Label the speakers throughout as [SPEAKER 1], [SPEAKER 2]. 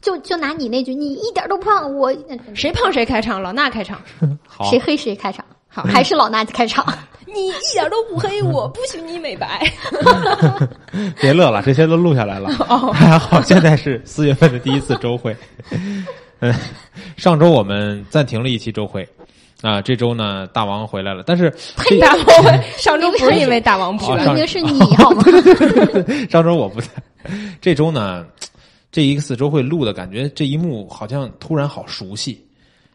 [SPEAKER 1] 就就拿你那句“你一点都不胖”，我
[SPEAKER 2] 谁胖谁开场，老衲开场，
[SPEAKER 3] 好
[SPEAKER 1] 谁黑谁开场，
[SPEAKER 2] 好
[SPEAKER 3] 嗯
[SPEAKER 1] 还是老衲开场。
[SPEAKER 2] 你一点都不黑，我不许你美 白。
[SPEAKER 3] 别乐了，这些都录下来了。 还好现在是四月份的第一次周会。嗯，上周我们暂停了一期周会，啊，这周呢大王回来了，但是这
[SPEAKER 2] 大王上周不是因为大王不
[SPEAKER 3] 好
[SPEAKER 2] 来
[SPEAKER 3] 嗯 上
[SPEAKER 1] 明明是你 好吗？
[SPEAKER 3] 上周我不在，这周呢，这一次周会录的感觉，这一幕好像突然好熟悉，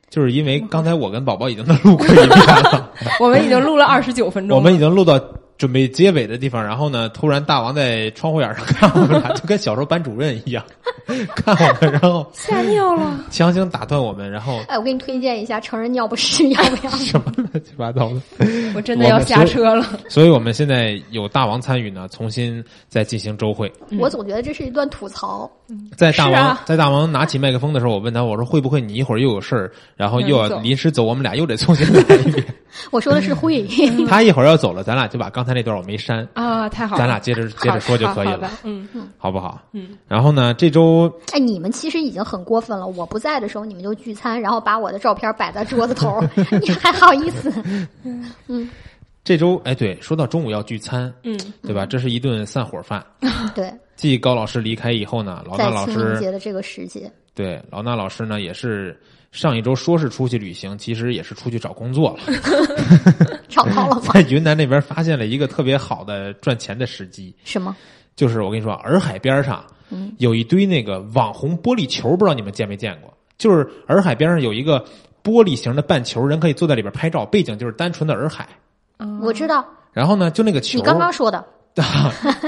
[SPEAKER 3] 就是因为刚才我跟宝宝已经都录过一遍了，
[SPEAKER 2] 我们已经录了二十九分钟了，
[SPEAKER 3] 我们已经录到准备结尾的地方，然后呢，突然大王在窗户眼上看我们俩，就跟小时候班主任一样 看我们，然后
[SPEAKER 2] 吓尿了。
[SPEAKER 3] 强行打断我们，然后
[SPEAKER 1] 哎，我给你推荐一下成人尿不湿， 要不要？
[SPEAKER 3] 什么乱七八糟的。
[SPEAKER 2] 我真的要下车了。
[SPEAKER 3] 所以我们现在有大王参与呢，重新再进行周会。
[SPEAKER 1] 我总觉得这是一段吐槽。
[SPEAKER 3] 在大
[SPEAKER 2] 是
[SPEAKER 3] 王、
[SPEAKER 2] 啊
[SPEAKER 3] 在大王拿起麦克风的时候，我问他，我说会不会你一会儿又有事儿，然后又
[SPEAKER 2] 让你
[SPEAKER 3] 要
[SPEAKER 2] 走
[SPEAKER 3] 临时走，我们俩又得重新 来一遍。
[SPEAKER 1] 我说的是会，
[SPEAKER 3] 他一会儿要走了，咱俩就把刚才那段我没删，
[SPEAKER 2] 啊，太好了，
[SPEAKER 3] 咱俩接着接着说就可以
[SPEAKER 2] 好的
[SPEAKER 3] 了，
[SPEAKER 2] 好的嗯，
[SPEAKER 3] 好不好？
[SPEAKER 2] 嗯。
[SPEAKER 3] 然后呢，这周
[SPEAKER 1] 哎，你们其实已经很过分了。我不在的时候，你们就聚餐，然后把我的照片摆在桌子头， 你还好意思？
[SPEAKER 3] 这周哎，对，说到中午要聚餐，
[SPEAKER 2] 嗯，
[SPEAKER 3] 对吧？这是一顿散伙饭。
[SPEAKER 1] 对，
[SPEAKER 3] 继高老师离开以后呢，老衲
[SPEAKER 1] 在
[SPEAKER 3] 老
[SPEAKER 1] 清
[SPEAKER 3] 师
[SPEAKER 1] 明节的这个时节，
[SPEAKER 3] 对，老衲老师呢也是上一周说是出去旅行，其实也是出去找工作了，
[SPEAKER 1] 找到了吗？
[SPEAKER 3] 在云南那边发现了一个特别好的赚钱的时机，
[SPEAKER 1] 什么？
[SPEAKER 3] 就是我跟你说，洱海边上
[SPEAKER 1] 嗯
[SPEAKER 3] 有一堆那个网红玻璃球，不知道你们见没见过？就是洱海边上有一个玻璃型的半球，人可以坐在里边拍照，背景就是单纯的洱海。
[SPEAKER 2] 嗯
[SPEAKER 3] 嗯
[SPEAKER 1] 我知道
[SPEAKER 3] 然后呢，就那个球，
[SPEAKER 1] 你刚刚说的，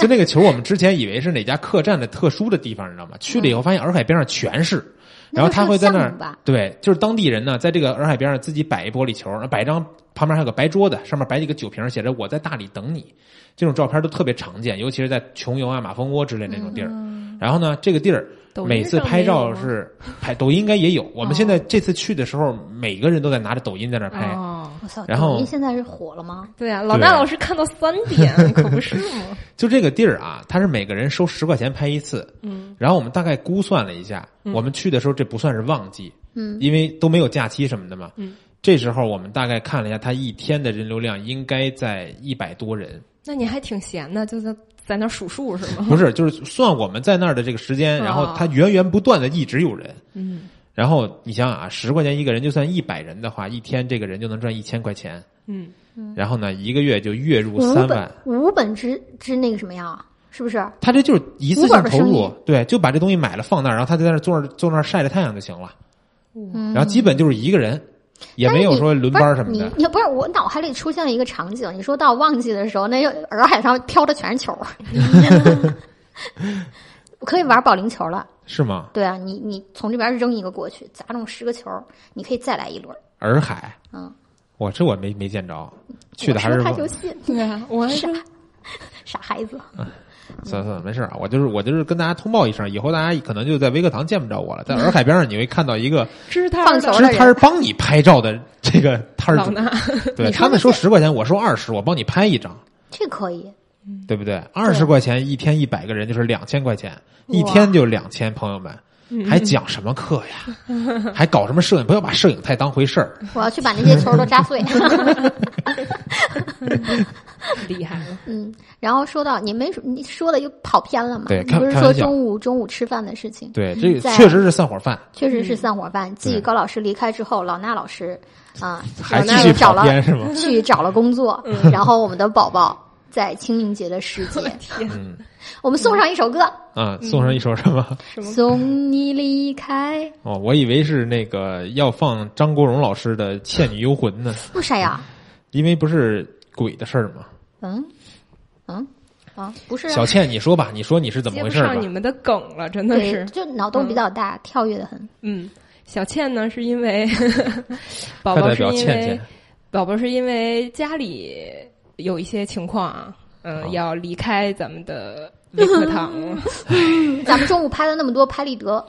[SPEAKER 3] 就那个球，我们之前以为是哪家客栈的特殊的地方，你知道吗？去了以后发现洱海边上全是，然后他会在
[SPEAKER 1] 那
[SPEAKER 3] 那
[SPEAKER 1] 就是个项
[SPEAKER 3] 儿
[SPEAKER 1] 目吧
[SPEAKER 3] 对，就是当地人呢，在这个洱海边上自己摆一玻璃球，摆一张旁边还有个白桌子，上面摆几个酒瓶，写着“我在大理等你”，这种照片都特别常见，尤其是在穷游啊、马蜂窝之类那种地儿。然后呢，这个地儿
[SPEAKER 2] 抖音
[SPEAKER 3] 嗯每次
[SPEAKER 2] 上
[SPEAKER 3] 拍
[SPEAKER 2] 也有
[SPEAKER 3] 照
[SPEAKER 2] 吗
[SPEAKER 3] 是拍抖音应该也有，哦我们现在这次去的时候，每个人都在拿着抖音在那儿拍。
[SPEAKER 2] 哦，
[SPEAKER 1] 我操，
[SPEAKER 3] 然后
[SPEAKER 1] 抖音现在是火了吗？
[SPEAKER 2] 对啊，老
[SPEAKER 3] 对
[SPEAKER 2] 衲老师看到三点，可不是 吗？
[SPEAKER 3] 就这个地儿啊，它是每个人收十块钱拍一次，
[SPEAKER 2] 嗯，
[SPEAKER 3] 然后我们大概估算了一下，我们去的时候这不算是旺季，
[SPEAKER 1] 嗯，
[SPEAKER 3] 因为都没有假期什么的嘛，
[SPEAKER 2] 嗯，
[SPEAKER 3] 这时候我们大概看了一下，它一天的人流量应该在一百多人，
[SPEAKER 2] 那你还挺闲的，就在在那儿数数是吗？
[SPEAKER 3] 不是，就是算我们在那儿的这个时间，
[SPEAKER 2] 哦
[SPEAKER 3] 然后它源源不断的一直有人，
[SPEAKER 2] 嗯，
[SPEAKER 3] 然后你想想啊，十块钱一个人，就算一百人的话，一天这个人就能赚一千块钱，
[SPEAKER 2] 嗯，
[SPEAKER 3] 然后呢，一个月就月入
[SPEAKER 1] 五
[SPEAKER 3] 三万
[SPEAKER 1] 本，五本之之那个什么呀？是不是？
[SPEAKER 3] 他这就是一次
[SPEAKER 1] 五本
[SPEAKER 3] 性
[SPEAKER 1] 儿的
[SPEAKER 3] 投
[SPEAKER 1] 生
[SPEAKER 3] 入
[SPEAKER 1] 意，
[SPEAKER 3] 对，就把这东西买了放那儿，然后他在那儿坐那儿坐那儿晒着太阳就行了。
[SPEAKER 1] 嗯
[SPEAKER 3] 然后基本就是一个人，也没有说轮班儿什么
[SPEAKER 1] 哎不是
[SPEAKER 3] 的。
[SPEAKER 1] 你你不是我脑海里出现了一个场景，你说到旺季的时候，那洱海上飘的全是球儿， 我 可以玩保龄球了。
[SPEAKER 3] 是吗？
[SPEAKER 1] 对啊，你你从这边扔一个过去，砸中十个球儿，你可以再来一轮。
[SPEAKER 3] 洱海，
[SPEAKER 1] 嗯，
[SPEAKER 3] 我这我没没见着，去的还
[SPEAKER 1] 我
[SPEAKER 3] 是
[SPEAKER 1] 说他就信，
[SPEAKER 2] 对啊，我 还说
[SPEAKER 1] 傻 孩子。
[SPEAKER 3] 算了算了，没事儿啊。我就是我就是跟大家通报一声，以后大家可能就在威克堂见不着我了，在洱海边上你会看到 一个
[SPEAKER 2] 支摊
[SPEAKER 1] 放
[SPEAKER 2] 儿
[SPEAKER 1] 球
[SPEAKER 2] 的
[SPEAKER 1] 儿
[SPEAKER 3] 支摊儿帮你拍照的这个摊儿
[SPEAKER 2] 老
[SPEAKER 3] 主，
[SPEAKER 2] 衲，
[SPEAKER 3] 对
[SPEAKER 1] 你
[SPEAKER 3] 他
[SPEAKER 1] 说
[SPEAKER 3] 们
[SPEAKER 1] 的
[SPEAKER 3] 收十块钱，我收二十，我帮你拍一张。
[SPEAKER 1] 这可以，
[SPEAKER 3] 对不对？二十块钱一天一百个人就是两千块钱，
[SPEAKER 1] 哇嗯
[SPEAKER 3] 一天就两千，朋友们。还讲什么课呀？ 还搞什么摄影？不要把摄影太当回事儿。
[SPEAKER 1] 我要去把那些球儿都扎 碎。
[SPEAKER 2] 厉害了。
[SPEAKER 1] 嗯，然后说到你没说你说的又跑偏了嘛？
[SPEAKER 3] 对
[SPEAKER 1] 你
[SPEAKER 3] 开
[SPEAKER 1] 不是
[SPEAKER 3] 开
[SPEAKER 1] 说
[SPEAKER 3] 玩笑
[SPEAKER 1] 中午中午吃饭的事情？
[SPEAKER 3] 对，这
[SPEAKER 1] 嗯
[SPEAKER 3] 个
[SPEAKER 1] 在
[SPEAKER 3] 确实是散伙饭，
[SPEAKER 1] 确实
[SPEAKER 2] 嗯
[SPEAKER 1] 是散伙饭。继
[SPEAKER 3] 对
[SPEAKER 1] 高老师离开之后，老衲老师啊，
[SPEAKER 3] 还
[SPEAKER 1] 老
[SPEAKER 3] 继
[SPEAKER 1] 衲
[SPEAKER 3] 续
[SPEAKER 1] 又找
[SPEAKER 3] 跑
[SPEAKER 1] 了
[SPEAKER 3] 偏是吗？
[SPEAKER 1] 去找了工作，
[SPEAKER 2] 嗯
[SPEAKER 1] 然后我们的宝宝在清明节的时 节，
[SPEAKER 2] 天，
[SPEAKER 3] 嗯
[SPEAKER 1] 我们送上一首歌，
[SPEAKER 3] 啊，送上一首什么？
[SPEAKER 2] 嗯
[SPEAKER 1] 送你离开，
[SPEAKER 3] 哦，我以为是那个要放张国荣老师的《倩女幽魂》 呢，
[SPEAKER 1] 为啥呀？
[SPEAKER 3] 因为不是鬼的事儿吗？
[SPEAKER 1] 嗯嗯啊，不是啊、
[SPEAKER 3] 小倩，你说吧，你说你是怎么
[SPEAKER 2] 接
[SPEAKER 3] 回
[SPEAKER 2] 不
[SPEAKER 3] 事儿
[SPEAKER 2] 上
[SPEAKER 3] 吧
[SPEAKER 2] 你？们的梗了，真的
[SPEAKER 1] 对，
[SPEAKER 2] 是。
[SPEAKER 1] 就脑洞比较大，跳跃的很。
[SPEAKER 2] 嗯，小倩呢是因 为宝
[SPEAKER 3] 快
[SPEAKER 2] 宝
[SPEAKER 3] 代
[SPEAKER 2] 是
[SPEAKER 3] 表
[SPEAKER 2] 因
[SPEAKER 3] 倩
[SPEAKER 2] 为
[SPEAKER 3] 倩，
[SPEAKER 2] 宝宝是因为家里有一些情况啊，嗯、
[SPEAKER 3] 好
[SPEAKER 2] 要离开咱们的微课堂，
[SPEAKER 1] 咱们中午拍了那么多拍立得，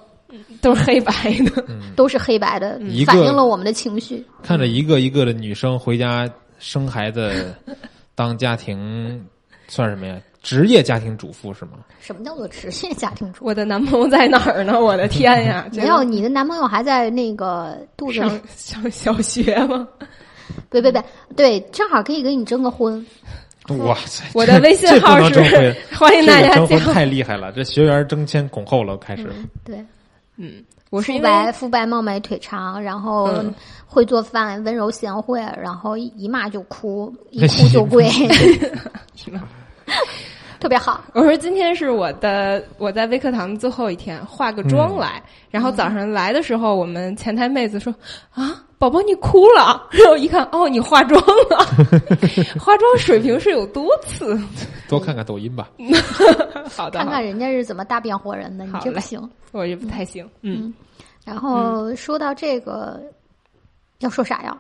[SPEAKER 2] 都是黑白的。
[SPEAKER 1] 都是黑白的，
[SPEAKER 2] 嗯
[SPEAKER 3] 一个
[SPEAKER 1] 反映了我们的情绪。
[SPEAKER 3] 看着一个 一个的女生回家生孩子，当家庭算什么呀？职业家庭主妇是吗？
[SPEAKER 1] 什么叫做职业家庭主妇？
[SPEAKER 2] 我的男朋友在哪儿呢？我的天 呀！
[SPEAKER 1] 没有，你的男朋友还在那个肚子
[SPEAKER 2] 这个
[SPEAKER 1] 上
[SPEAKER 2] 上，上小学吗？
[SPEAKER 1] 别别别，对，正好可以给你征个婚。
[SPEAKER 3] 哇塞！
[SPEAKER 2] 哦我的微信
[SPEAKER 3] 这
[SPEAKER 2] 号
[SPEAKER 3] 这不能
[SPEAKER 2] 是
[SPEAKER 3] 征 婚
[SPEAKER 2] 欢迎大
[SPEAKER 3] 这
[SPEAKER 2] 家
[SPEAKER 3] 个征
[SPEAKER 2] 加
[SPEAKER 3] 婚。太厉害了，这学员争先恐后了，开始。
[SPEAKER 1] 对，
[SPEAKER 2] 嗯，我是
[SPEAKER 1] 肤
[SPEAKER 2] 因为
[SPEAKER 1] 白肤白貌美腿长，然后
[SPEAKER 2] 嗯
[SPEAKER 1] 会做饭，温柔贤惠，然后一骂就哭，一哭就 跪， 特别好。
[SPEAKER 2] 我说今天是我的我在微课堂的最后一天，化个妆来。
[SPEAKER 3] 嗯
[SPEAKER 2] 然后早上来的时候，我们前台妹子说：“啊，宝宝你哭了。” 然后一看，哦，你化妆了， 化妆水平是有多次？
[SPEAKER 3] 多看看抖音吧。
[SPEAKER 2] 好的，
[SPEAKER 1] 看
[SPEAKER 2] 好
[SPEAKER 1] 看
[SPEAKER 2] 的
[SPEAKER 1] 人家是怎么大变活人的，你
[SPEAKER 2] 好
[SPEAKER 1] 这不
[SPEAKER 2] 嘞
[SPEAKER 1] 行。
[SPEAKER 2] 我也不太行。嗯，
[SPEAKER 1] 然后说到这个，要说啥呀？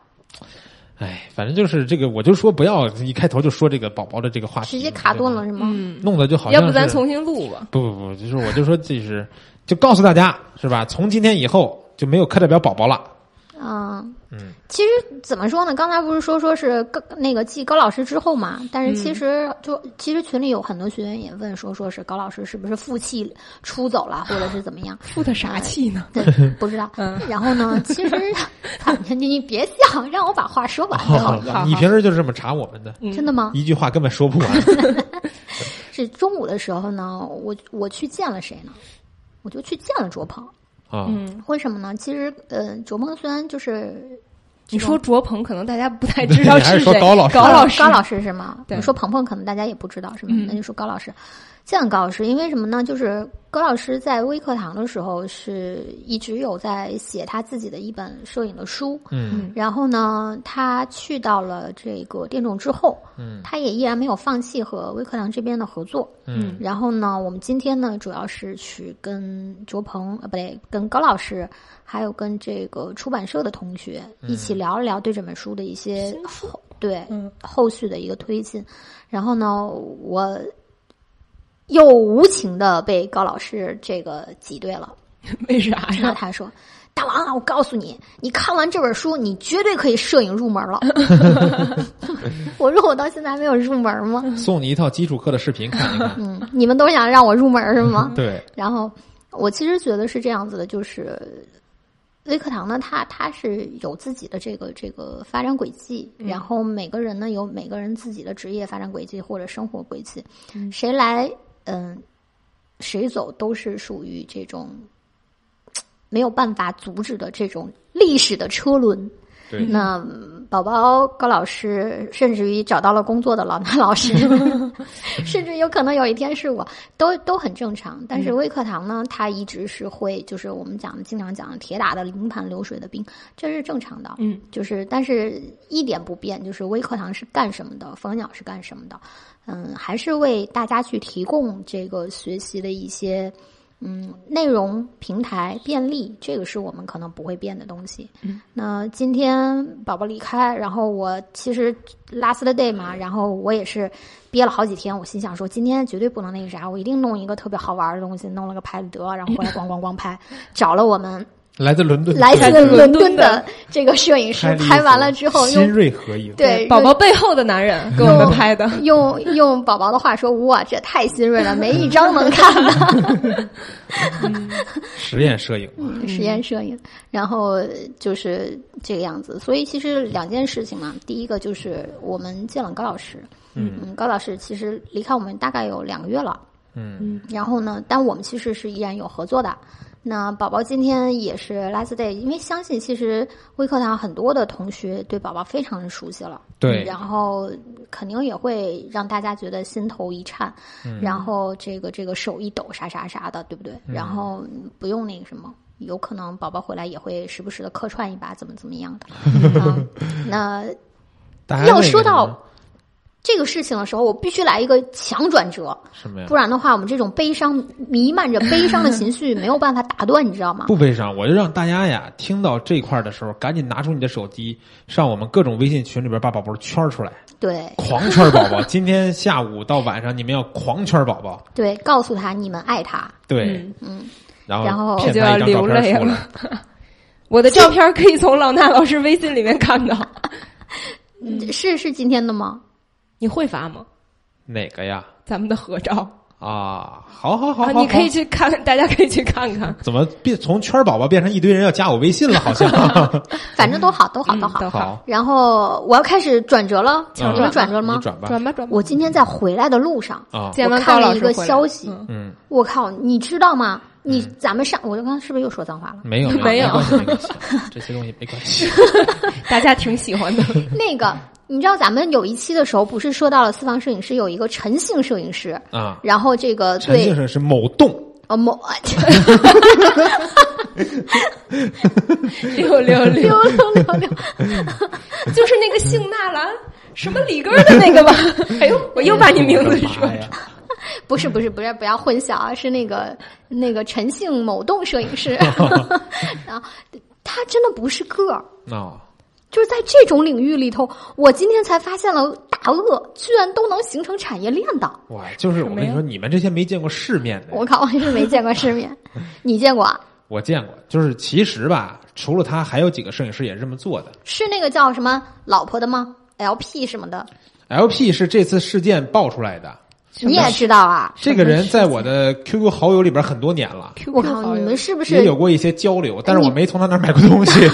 [SPEAKER 3] 哎，反正就是这个，我就说不要一开头就说这个宝宝啊的这个话题，
[SPEAKER 1] 直接卡顿了，是
[SPEAKER 2] 嗯
[SPEAKER 1] 吗？
[SPEAKER 3] 对吧，弄得就好像
[SPEAKER 2] 要不咱
[SPEAKER 3] 是
[SPEAKER 2] 重新录吧？
[SPEAKER 3] 不不不，就是我就说这是就告诉大家是吧？从今天以后就没有课代表宝 宝了。
[SPEAKER 1] 嗯，
[SPEAKER 3] 嗯，
[SPEAKER 1] 其实怎么说呢？刚才不是说说是高那个继高老师之后嘛，但是
[SPEAKER 2] 嗯
[SPEAKER 1] 其实就、其实群里有很多学员也问说，说是高老师是不是负气出走了，或者是怎么 样？
[SPEAKER 2] 出的啥气呢？
[SPEAKER 1] 对，不知道。
[SPEAKER 2] 嗯
[SPEAKER 1] 然后呢，其实你你别笑，让我把话说完，讨厌。
[SPEAKER 2] 好
[SPEAKER 3] 啊你平时就是这么查我们的，
[SPEAKER 2] 嗯
[SPEAKER 1] 真的吗？
[SPEAKER 3] 一句话根本说不 完。
[SPEAKER 1] 是中午的时候呢，我我去见了谁呢？我就去见了卓鹏。
[SPEAKER 3] 啊，
[SPEAKER 2] 嗯，
[SPEAKER 1] 为什么呢？其实，呃，卓鹏虽然就是
[SPEAKER 2] 你说卓鹏，可能大家不太知道
[SPEAKER 3] 你 还是
[SPEAKER 2] 谁。
[SPEAKER 3] 说高老师
[SPEAKER 2] 高老
[SPEAKER 1] 高老师是吗？
[SPEAKER 2] 对
[SPEAKER 1] 你说鹏鹏可能大家也不知道是吗？
[SPEAKER 2] 嗯
[SPEAKER 1] 那就说高老师，见了高老师，因为什么呢？就是高老师在微课堂的时候是一直有在写他自己的一本摄影的书，
[SPEAKER 3] 嗯
[SPEAKER 1] 然后呢，他去到了这个电种之后，
[SPEAKER 3] 嗯
[SPEAKER 1] 他也依然没有放弃和微课堂这边的合作。
[SPEAKER 3] 嗯
[SPEAKER 1] 然后呢，我们今天呢，主要是去跟卓鹏呃，不对，跟高老师，还有跟这个出版社的同学一起聊一聊对这本书的一些后对、
[SPEAKER 2] 嗯
[SPEAKER 1] 后续的一个推进。然后呢，我又无情的被高老师这个挤兑了。
[SPEAKER 2] 为啥
[SPEAKER 1] 听到
[SPEAKER 2] 呀？
[SPEAKER 1] 他说：“大王啊，我告诉你，你看完这本书，你绝对可以摄影入门了。”我说：“我到现在还没有入门吗
[SPEAKER 3] 嗯，送你一套基础课的视频看一看？”。
[SPEAKER 1] 嗯，你们都想让我入门是吗？
[SPEAKER 3] 对，
[SPEAKER 1] 然后我其实觉得是这样子的，就是微课堂呢，它它是有自己的这个这个发展轨迹，然后每个人呢有每个人自己的职业发展轨迹或者生活轨迹，谁来嗯谁走都是属于这种没有办法阻止的这种历史的车轮。
[SPEAKER 3] 对
[SPEAKER 1] 那嗯宝宝高老师，甚至于找到了工作的老衲老师，甚至有可能有一天是我，都都很正常。但是微课堂呢，它一直是会，就是我们讲经常讲的铁打的营盘流水的兵，这是正常的。
[SPEAKER 2] 嗯，
[SPEAKER 1] 就是但是一点不变，就是微课堂是干什么的，蜂鸟是干什么的，嗯，还是为大家去提供这个学习的一些。嗯，内容平台便利，这个是我们可能不会变的东西。那今天宝宝离开，然后我其实 last day 嘛，然后我也是憋了好几天，我心想说今天绝对不能那个啥，我一定弄一个特别好玩的东西，弄了个拍立得，然后回来咣咣咣 拍，找了我们
[SPEAKER 3] 来自伦敦，
[SPEAKER 1] 来自
[SPEAKER 2] 拍立得
[SPEAKER 1] 伦敦的这个摄影师
[SPEAKER 3] 拍，
[SPEAKER 1] 拍完了之后
[SPEAKER 3] 新
[SPEAKER 1] 用
[SPEAKER 3] 锐合影，
[SPEAKER 1] 对
[SPEAKER 2] 宝宝背后的男人给我们拍的。
[SPEAKER 1] 用用宝宝的话说，哇，这太新锐了，没一张能看的。
[SPEAKER 3] 实验摄影嘛，
[SPEAKER 1] 实验摄影，然后就是这个样子。所以其实两件事情嘛，第一个就是我们见了高老师，
[SPEAKER 3] 嗯
[SPEAKER 1] 高老师其实离开我们大概有两个月了，
[SPEAKER 3] 嗯
[SPEAKER 1] 然后呢，但我们其实是依然有合作的。那宝宝今天也是 last day，因为相信其实微课堂很多的同学对宝宝非常的熟悉了，
[SPEAKER 3] 对
[SPEAKER 1] 然后肯定也会让大家觉得心头一颤，
[SPEAKER 3] 嗯
[SPEAKER 1] 然后这个这个手一抖啥啥啥的，对不对？然后不用那个什么。有可能宝宝回来也会时不时的客串一把，怎么怎么 样的。嗯、那
[SPEAKER 3] 大家
[SPEAKER 1] 要
[SPEAKER 3] 那个
[SPEAKER 1] 说
[SPEAKER 3] 什么
[SPEAKER 1] 到这个事情的时候，我必须来一个强转折，
[SPEAKER 3] 什么呀
[SPEAKER 1] 不？然的话，我们这种悲伤弥漫着悲伤的情绪没有办法打断，你知道吗？
[SPEAKER 3] 不悲伤，我就让大家呀，听到这块儿的时候，赶紧拿出你的手机，上我们各种微信群里边把宝宝圈出来，
[SPEAKER 1] 对
[SPEAKER 3] 狂圈宝宝。 今天下午到晚上，你们要狂圈宝宝，
[SPEAKER 1] 对，告诉他你们爱他。
[SPEAKER 3] 对，
[SPEAKER 2] 嗯，
[SPEAKER 3] 然后
[SPEAKER 1] 然后
[SPEAKER 3] 骗他一张
[SPEAKER 2] 这
[SPEAKER 3] 照
[SPEAKER 2] 就要流泪
[SPEAKER 3] 片
[SPEAKER 2] 了
[SPEAKER 3] 出来，
[SPEAKER 2] 我的照片可以从老衲老师微信里面看到。
[SPEAKER 1] 嗯是是今天的吗？
[SPEAKER 2] 你会发吗？
[SPEAKER 3] 哪个呀？
[SPEAKER 2] 咱们的合照
[SPEAKER 3] 啊，好好好好
[SPEAKER 2] 啊，
[SPEAKER 3] 好，
[SPEAKER 2] 你可以去看， 大家可以去看看。
[SPEAKER 3] 怎么变从圈宝宝变成一堆人要加我微 信了？好像
[SPEAKER 1] 反正都好，都好，都好。
[SPEAKER 2] 嗯都
[SPEAKER 3] 好，
[SPEAKER 1] 然后我要开始转折了，
[SPEAKER 2] 抢
[SPEAKER 1] 你们
[SPEAKER 2] 转
[SPEAKER 1] 转折了吗
[SPEAKER 3] 嗯你？转吧
[SPEAKER 2] 转吧转吧，
[SPEAKER 1] 我今天在回来的路上，
[SPEAKER 3] 啊，
[SPEAKER 2] 见完
[SPEAKER 1] 我看
[SPEAKER 2] 高
[SPEAKER 1] 了
[SPEAKER 2] 老师
[SPEAKER 1] 一个
[SPEAKER 2] 回来
[SPEAKER 1] 消息
[SPEAKER 2] 嗯
[SPEAKER 3] 嗯，
[SPEAKER 1] 我靠，你知道吗？你咱们上，我刚刚是不是又说脏话了？
[SPEAKER 3] 没有
[SPEAKER 2] 没有
[SPEAKER 3] 有关系没关 系，这些东西没关系。
[SPEAKER 2] 大家挺喜欢 的。
[SPEAKER 1] 那个，你知道咱们有一期的时候，不是说到了私房摄影师有一个陈姓摄影师，
[SPEAKER 3] 啊，
[SPEAKER 1] 然后这个
[SPEAKER 3] 陈先
[SPEAKER 1] 对
[SPEAKER 3] 生是某栋，
[SPEAKER 1] 呃某
[SPEAKER 2] 六六六
[SPEAKER 1] 六，六六六，
[SPEAKER 2] 就是那个姓纳兰什么里根儿的那个 吧？哎呦，我又把你名字说
[SPEAKER 3] 我的妈呀
[SPEAKER 1] 不是不是不是，不要混淆啊，是那个那个陈姓某栋摄影师，然后他真的不是个儿。
[SPEAKER 3] 啊！
[SPEAKER 1] 就是在这种领域里头，我今天才发现了大鳄居然都能形成产业链的。
[SPEAKER 3] 哇，就是我跟
[SPEAKER 2] 什
[SPEAKER 3] 你
[SPEAKER 2] 么
[SPEAKER 3] 说，
[SPEAKER 2] 呀
[SPEAKER 3] 你们这些没见过世面的，
[SPEAKER 1] 我靠，我是没见过世面，你见过啊？
[SPEAKER 3] 我见过。就是其实吧，除了他，还有几个摄影师也是这么做的。
[SPEAKER 1] 是那个叫什么老婆的吗？LP 什么的，
[SPEAKER 3] LP 是这次事件爆出来的，
[SPEAKER 1] 你也知道啊？
[SPEAKER 3] 这个人在我的 QQ 好友里边很多年了，
[SPEAKER 1] 我靠，你们是不
[SPEAKER 3] 也
[SPEAKER 1] 是
[SPEAKER 3] 有过一些交流，但是
[SPEAKER 1] 你
[SPEAKER 3] 我没从他那儿买过 东西。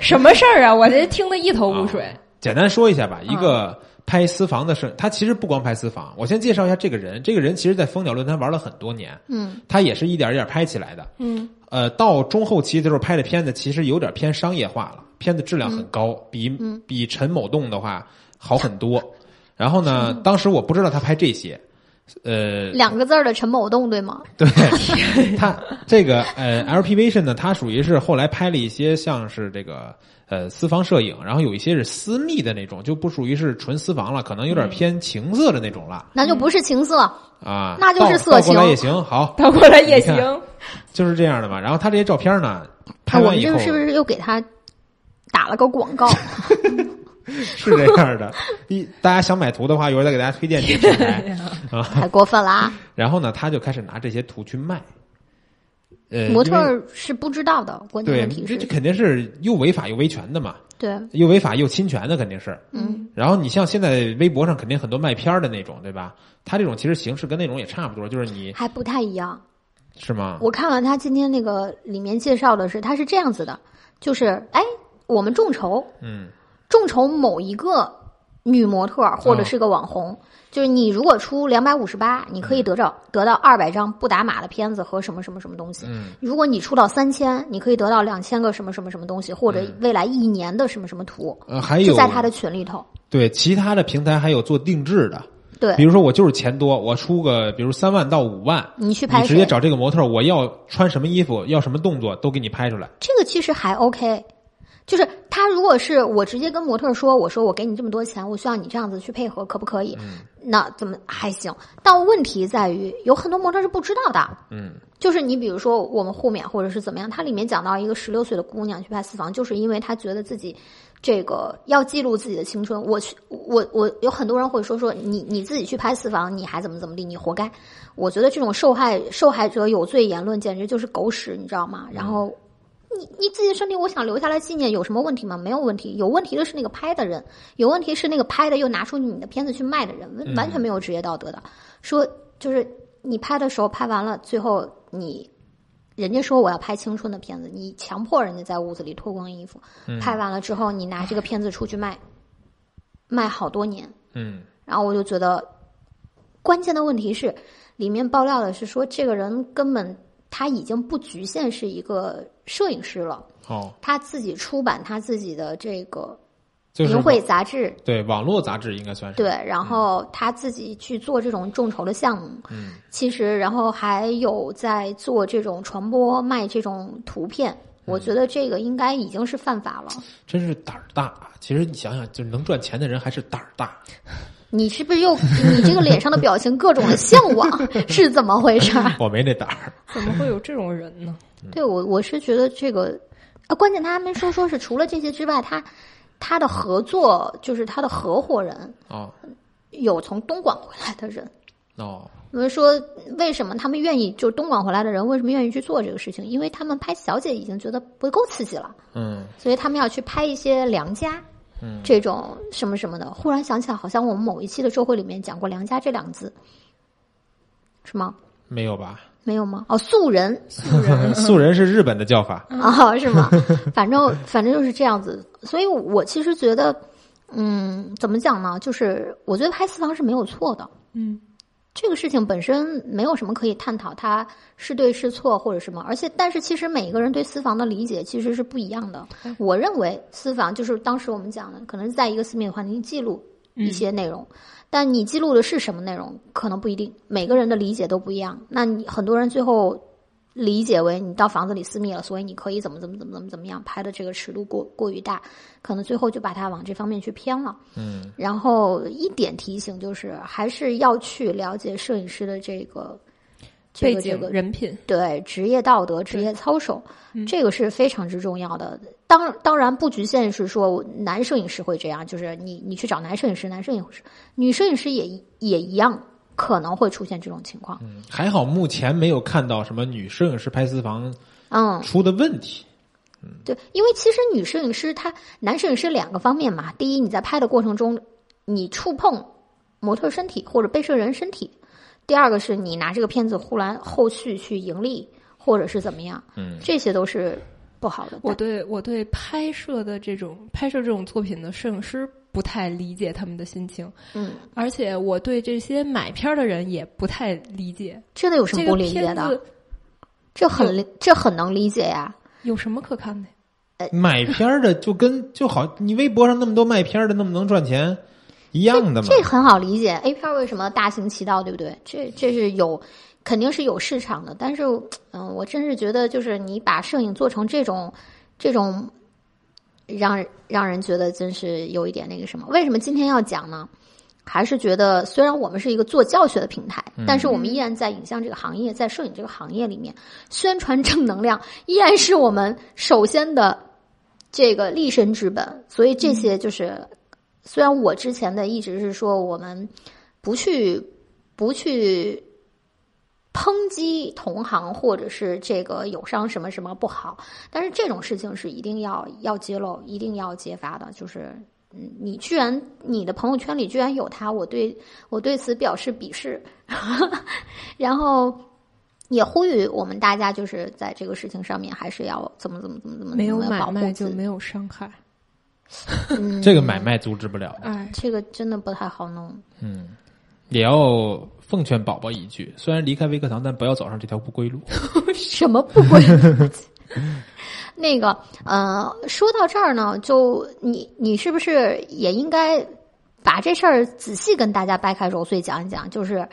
[SPEAKER 2] 什么事儿啊？我这听得一头雾水。
[SPEAKER 3] 啊简单说一下吧，一
[SPEAKER 1] 嗯
[SPEAKER 3] 个拍私房的摄，他其实不光拍私房。我先介绍一下这个人，这个人其实在蜂鸟论坛玩了很多年，
[SPEAKER 1] 嗯，
[SPEAKER 3] 他也是一点一点拍起来的。
[SPEAKER 2] 嗯，
[SPEAKER 3] 呃，到中后期的时候拍的片子其实有点偏商业化了，片子质量
[SPEAKER 1] 嗯
[SPEAKER 3] 很高，比比陈某栋的话好很多。然后呢，当时我不知道他拍这些，呃，
[SPEAKER 1] 两个字儿的陈某栋对吗？
[SPEAKER 3] 对，他这个呃 LP Vision 呢，它属于是后来拍了一些像是这个呃私房摄影，然后有一些是私密的那种，就不属于是纯私房了，可能有
[SPEAKER 1] 嗯
[SPEAKER 3] 点偏情色的那种了、
[SPEAKER 1] 那就不是情色，
[SPEAKER 3] 啊。
[SPEAKER 1] 那就是
[SPEAKER 3] 倒
[SPEAKER 1] 色情
[SPEAKER 3] 倒过来也行，好，
[SPEAKER 2] 倒过来也行
[SPEAKER 3] 你，看就是这样的嘛。然后他这些照片呢，
[SPEAKER 1] 那
[SPEAKER 3] 拍
[SPEAKER 1] 啊我
[SPEAKER 3] 完
[SPEAKER 1] 们
[SPEAKER 3] 以
[SPEAKER 1] 这
[SPEAKER 3] 后
[SPEAKER 1] 个是不是又给他打了个广 告？
[SPEAKER 3] 是这样的。一大家想买图的话，一会儿再给大家推荐几个 平
[SPEAKER 2] 哎
[SPEAKER 3] 台。
[SPEAKER 1] 太过分了啊！
[SPEAKER 3] 然后呢，他就开始拿这些图去卖。呃，
[SPEAKER 1] 模特
[SPEAKER 3] 因为
[SPEAKER 1] 儿是不知道的，关键
[SPEAKER 3] 对，
[SPEAKER 1] 问题
[SPEAKER 3] 这这
[SPEAKER 1] 是，
[SPEAKER 3] 肯定是又违法又维权的嘛，
[SPEAKER 1] 对，
[SPEAKER 3] 又违法又侵权的肯定是。
[SPEAKER 1] 嗯，
[SPEAKER 3] 然后你像现在微博上肯定很多卖片儿的那种，对吧？他这种其实形式跟那种也差不多，就是你
[SPEAKER 1] 还不太一样。
[SPEAKER 3] 是吗？
[SPEAKER 1] 我看了他今天那个里面介绍的是，他是这样子的，就是哎，我们众筹，
[SPEAKER 3] 嗯
[SPEAKER 1] 众筹某一个女模特儿或者是个网红，
[SPEAKER 3] 哦
[SPEAKER 1] 就是你如果出两百五十八，你可
[SPEAKER 3] 嗯
[SPEAKER 1] 以得到得到二百张不打码的片子和什么什么什么东西。
[SPEAKER 3] 嗯
[SPEAKER 1] 如果你出到三千，你可以得到两千个什么什么什么东西，或者未来一年的什么什么图，
[SPEAKER 3] 呃，嗯还
[SPEAKER 1] 就
[SPEAKER 3] 有
[SPEAKER 1] 在他的群里头。
[SPEAKER 3] 对其他的平台还有做定制的，比
[SPEAKER 1] 对，
[SPEAKER 3] 如说我就是钱多，我出个比如三万到五万，
[SPEAKER 1] 你去拍
[SPEAKER 3] 你直
[SPEAKER 1] 谁
[SPEAKER 3] 接？找这个模特，我要穿什么衣服，要什么动作都给你拍出来。
[SPEAKER 1] 这个其实还 OK。就是他，如果是我直接跟模特儿说，我说我给你这么多钱，我需要你这样子去配合，可不可以？那怎么还行？但问题在于，有很多模特儿是不知道的。
[SPEAKER 3] 嗯
[SPEAKER 1] 就是你比如说我们互勉或者是怎么样，它里面讲到一个十六岁的姑娘去拍私房，就是因为她觉得自己这个要记录自己的青春。我去，我我有很多人会说说你你自己去拍私房，你还怎么怎么地，你活该。我觉得这种受害受害者有罪言论简直就是狗屎，你知道吗？然后。你你自己的身体，我想留下来纪念，有什么问题吗？没有问题。有问题的是那个拍的人，有问题是那个拍的又拿出你的片子去卖的人，完完全没有职业道德的。说就是你拍的时候拍完了，最后你人家说我要拍青春的片子，你强迫人家在屋子里脱光衣服，拍完了之后你拿这个片子出去卖，卖好多年。
[SPEAKER 3] 嗯
[SPEAKER 1] 然后我就觉得，关键的问题是，里面爆料的是说这个人根本他已经不局限是一个摄影师了，
[SPEAKER 3] 哦，
[SPEAKER 1] 他自己出版他自己的这个
[SPEAKER 3] 就是嗯
[SPEAKER 1] 淫秽杂志，
[SPEAKER 3] 对网络杂志应该算是
[SPEAKER 1] 对，然后他自己去做这种众筹的项目，
[SPEAKER 3] 嗯，
[SPEAKER 1] 其实然后还有在做这种传播卖这种图片，
[SPEAKER 3] 嗯
[SPEAKER 1] 我觉得这个应该已经是犯法了。
[SPEAKER 3] 真是胆儿大。啊其实你想想，就是能赚钱的人还是胆儿大。
[SPEAKER 1] 你是不是又你这个脸上的表情各种的向往 是怎么回事儿？
[SPEAKER 3] 我没那胆儿。
[SPEAKER 2] 怎么会有这种人呢？
[SPEAKER 3] 嗯
[SPEAKER 1] 对我我是觉得这个，啊，关键他还没说说是除了这些之外，他他的合作就是他的合伙人
[SPEAKER 3] 哦
[SPEAKER 1] 有从东莞回来的人。
[SPEAKER 3] 哦，
[SPEAKER 1] 我们说，为什么他们愿意就是东莞回来的人为什么愿意去做这个事情？因为他们拍小姐已经觉得不够刺激了，
[SPEAKER 3] 嗯
[SPEAKER 1] 所以他们要去拍一些良家。
[SPEAKER 3] 嗯
[SPEAKER 1] 这种什么什么的。忽然想起来，好像我们某一期的周会里面讲过“良家”这两个字，是吗？
[SPEAKER 3] 没有吧？
[SPEAKER 1] 没有吗？哦，素人
[SPEAKER 2] 素 人
[SPEAKER 3] 嗯素人是日本的叫法，
[SPEAKER 1] 啊、是吗？反正反正就是这样子。所以我其实觉得，嗯，怎么讲呢？就是我觉得拍私房是没有错的，
[SPEAKER 2] 嗯
[SPEAKER 1] 这个事情本身没有什么可以探讨，它是对是错或者什么，而且但是其实每一个人对私房的理解其实是不一样的
[SPEAKER 2] 对。
[SPEAKER 1] 我认为私房就是当时我们讲的，可能是在一个私密环境记录一些
[SPEAKER 2] 嗯
[SPEAKER 1] 内容，但你记录的是什么内容可能不一定，每个人的理解都不一样。那你很多人最后理解为你到房子里私密了，所以你可以怎么怎么怎么怎么怎么样拍的这个尺度过过于大，可能最后就把它往这方面去偏了。
[SPEAKER 3] 嗯，
[SPEAKER 1] 然后一点提醒就是，还是要去了解摄影师的这个这
[SPEAKER 2] 背
[SPEAKER 1] 个这
[SPEAKER 2] 景、
[SPEAKER 1] 个
[SPEAKER 2] 人品，
[SPEAKER 1] 对职业道德、职业操守
[SPEAKER 2] 嗯，
[SPEAKER 1] 这个是非常之重要的。当当然不局限是说男摄影师会这样，就是你你去找男摄影师，男摄影师、女摄影师也一也一样可能会出现这种情况。
[SPEAKER 3] 还好目前没有看到什么女摄影师拍私房
[SPEAKER 1] 嗯，
[SPEAKER 3] 出的问题。
[SPEAKER 1] 对，因为其实女摄影师她男摄影师两个方面嘛，第一你在拍的过程中，你触碰模特身体或者被摄人身体；第二个是你拿这个片子忽然后续去盈利或者是怎么样，
[SPEAKER 3] 嗯，
[SPEAKER 1] 这些都是不好的。
[SPEAKER 2] 我对我对拍摄的这种拍摄这种作品的摄影师不太理解他们的心情，
[SPEAKER 1] 嗯，
[SPEAKER 2] 而且我对这些买片儿的人也不太理解。
[SPEAKER 1] 这个有什么
[SPEAKER 2] 这
[SPEAKER 1] 不
[SPEAKER 2] 个
[SPEAKER 1] 理解
[SPEAKER 2] 片
[SPEAKER 1] 的？
[SPEAKER 2] 子
[SPEAKER 1] 这很理这很能理解呀。
[SPEAKER 2] 有什么可看的呀？
[SPEAKER 1] 呃
[SPEAKER 3] 买片儿的就跟就好，你微博上那么多卖片儿的，那么能赚钱，一样的嘛。
[SPEAKER 1] 这很好理解，A 哎片为什么大行其道，对不对？这这是有，肯定是有市场的。但是，嗯，我真是觉得，就是你把摄影做成这种，这种让让人觉得真是有一点那个什么。为什么今天要讲呢？还是觉得，虽然我们是一个做教学的平台，但是我们依然在影像这个行业，在摄影这个行业里面，宣传正能量依然是我们首先的这个立身之本。所以这些就是，虽然我之前的一直是说我们不去不去抨击同行或者是这个友商什么什么不好，但是这种事情是一定要要揭露，一定要揭发的，就是。嗯，你居然你的朋友圈里居然有他，我对我对此表示鄙视， 然后也呼吁我们大家就是在这个事情上面还是要怎么怎么怎么怎么
[SPEAKER 2] 没有
[SPEAKER 1] 怎么
[SPEAKER 2] 买
[SPEAKER 1] 嗯保护
[SPEAKER 2] 卖
[SPEAKER 1] 自
[SPEAKER 2] 就
[SPEAKER 1] 己
[SPEAKER 2] 没有伤害。
[SPEAKER 1] 嗯
[SPEAKER 3] 这个买卖阻止不了，
[SPEAKER 2] 哎，
[SPEAKER 1] 这个真的不太好弄。
[SPEAKER 3] 也要奉劝宝宝一句：虽然离开微课堂，但不要走上这条 不归路。
[SPEAKER 1] 什么不归 路？那个，呃，说到这儿呢，就你你是不是也应该把这事儿仔细跟大家掰开揉碎讲一讲？就是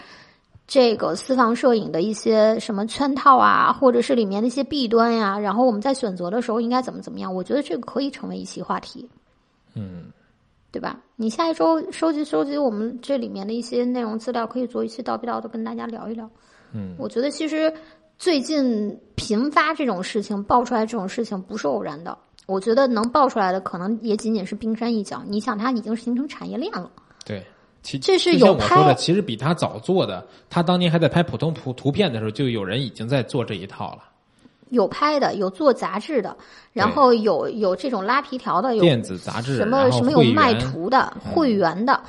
[SPEAKER 1] 这个私房摄影的一些什么圈套啊，或者是里面的一些弊端呀、然后我们在选择的时候应该怎么怎么样？我觉得这个可以成为一期话题，
[SPEAKER 3] 嗯，
[SPEAKER 1] 对吧？你下一周收集收集我们这里面的一些内容资料，可以做一期叨逼叨的跟大家聊一聊。
[SPEAKER 3] 嗯，
[SPEAKER 1] 我觉得其实最近频发这种事情爆出来，这种事情不是偶然的。我觉得能爆出来的，可能也仅仅是冰山一角。你想，它已经形成产业链了，
[SPEAKER 3] 对。其
[SPEAKER 1] 这是有
[SPEAKER 3] 就像我说
[SPEAKER 1] 拍
[SPEAKER 3] 的，其实比他早做的，他当年还在拍普通图图片的时候，就有人已经在做这一套了。
[SPEAKER 1] 有拍的，有做杂志的，然
[SPEAKER 3] 对
[SPEAKER 1] 后有有这种拉皮条的，有
[SPEAKER 3] 电子杂志，
[SPEAKER 1] 什
[SPEAKER 3] 然
[SPEAKER 1] 么
[SPEAKER 3] 后
[SPEAKER 1] 什么有
[SPEAKER 3] 会员嗯
[SPEAKER 1] 卖图的、会员的，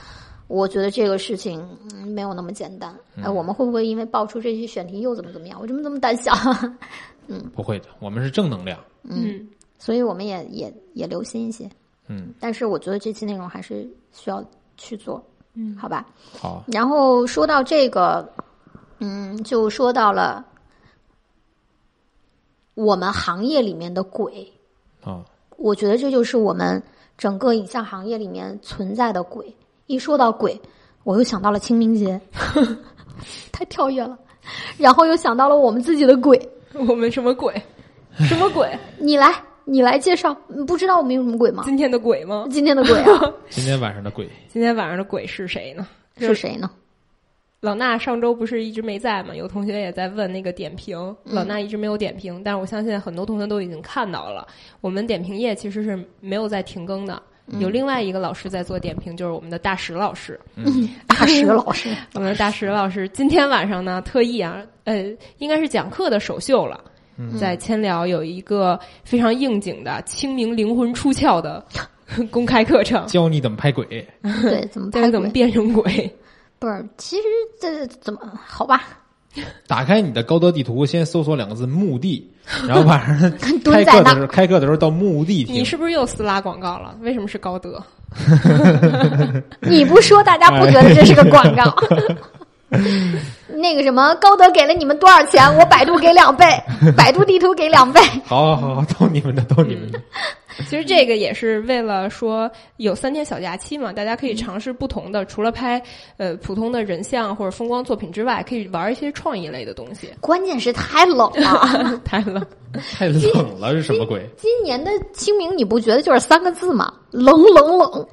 [SPEAKER 1] 我觉得这个事情、嗯没有那么简单。
[SPEAKER 3] 嗯
[SPEAKER 1] 哎，我们会不会因为爆出这些选题又怎么怎么样？我怎么这么胆小？
[SPEAKER 3] 不会的，我们是正能量。
[SPEAKER 2] 嗯，
[SPEAKER 1] 所以我们也也也留心一些。
[SPEAKER 3] 嗯，
[SPEAKER 1] 但是我觉得这期内容还是需要去做。
[SPEAKER 2] 嗯
[SPEAKER 1] 好吧。
[SPEAKER 3] 好，
[SPEAKER 1] 然后说到这个，嗯，就说到了我们行业里面的鬼，
[SPEAKER 3] 啊，
[SPEAKER 1] 我觉得这就是我们整个影像行业里面存在的鬼。一说到鬼，我又想到了清明节， 太跳跃了，然后又想到了我们自己的鬼。
[SPEAKER 2] 我们什么鬼？什么鬼？
[SPEAKER 1] 你来，你来介绍，你不知道我们有什么鬼吗？
[SPEAKER 2] 今天的鬼吗？
[SPEAKER 1] 今天的鬼啊，
[SPEAKER 3] 今天晚上的鬼，
[SPEAKER 2] 今天晚上的鬼是谁呢？就是
[SPEAKER 1] 谁呢？
[SPEAKER 2] 老衲上周不是一直没在嘛？有同学也在问那个点评，
[SPEAKER 1] 嗯
[SPEAKER 2] 老衲一直没有点评，但是我相信很多同学都已经看到了。我们点评页其实是没有在停更的，
[SPEAKER 1] 嗯
[SPEAKER 2] 有另外一个老师在做点评，就是我们的大石老师。
[SPEAKER 1] 大石老师，
[SPEAKER 2] 我们的大石老师今天晚上呢，特意啊，呃，应该是讲课的首秀了。 在千聊有一个非常应景的清明灵魂出窍的公开课程，
[SPEAKER 3] 教你怎么拍鬼，
[SPEAKER 1] 对，怎么
[SPEAKER 2] 但
[SPEAKER 1] 拍
[SPEAKER 2] 是怎么
[SPEAKER 1] 鬼？
[SPEAKER 2] 变成鬼？
[SPEAKER 1] 不是，其实这怎么好吧？
[SPEAKER 3] 打开你的高德地图，先搜索两个字“ 墓地”，然后晚上
[SPEAKER 1] 蹲
[SPEAKER 3] 开
[SPEAKER 1] 在
[SPEAKER 3] 课的
[SPEAKER 1] 那
[SPEAKER 3] 时候，开课的时候到墓地听
[SPEAKER 2] 你。是不是又私拉广告了？为什么是高德？
[SPEAKER 1] 你不说，大家不觉得这是个广告？ 那个什么，高德给了你们多少钱？我百度给两倍，百度地图给两倍。
[SPEAKER 3] 好好好，逗你们的，逗 你们的。
[SPEAKER 2] 其 实这个也是为了说有三天小假期嘛，大家可以尝试不同的，除了拍呃普通的人像或者风光作品之外，可以玩一些创意类的东 西。
[SPEAKER 1] 关键是太冷 了，
[SPEAKER 2] 太冷，
[SPEAKER 3] 太冷了，是什么鬼？
[SPEAKER 1] 今年的清明你不觉得就是三个字吗？冷冷冷。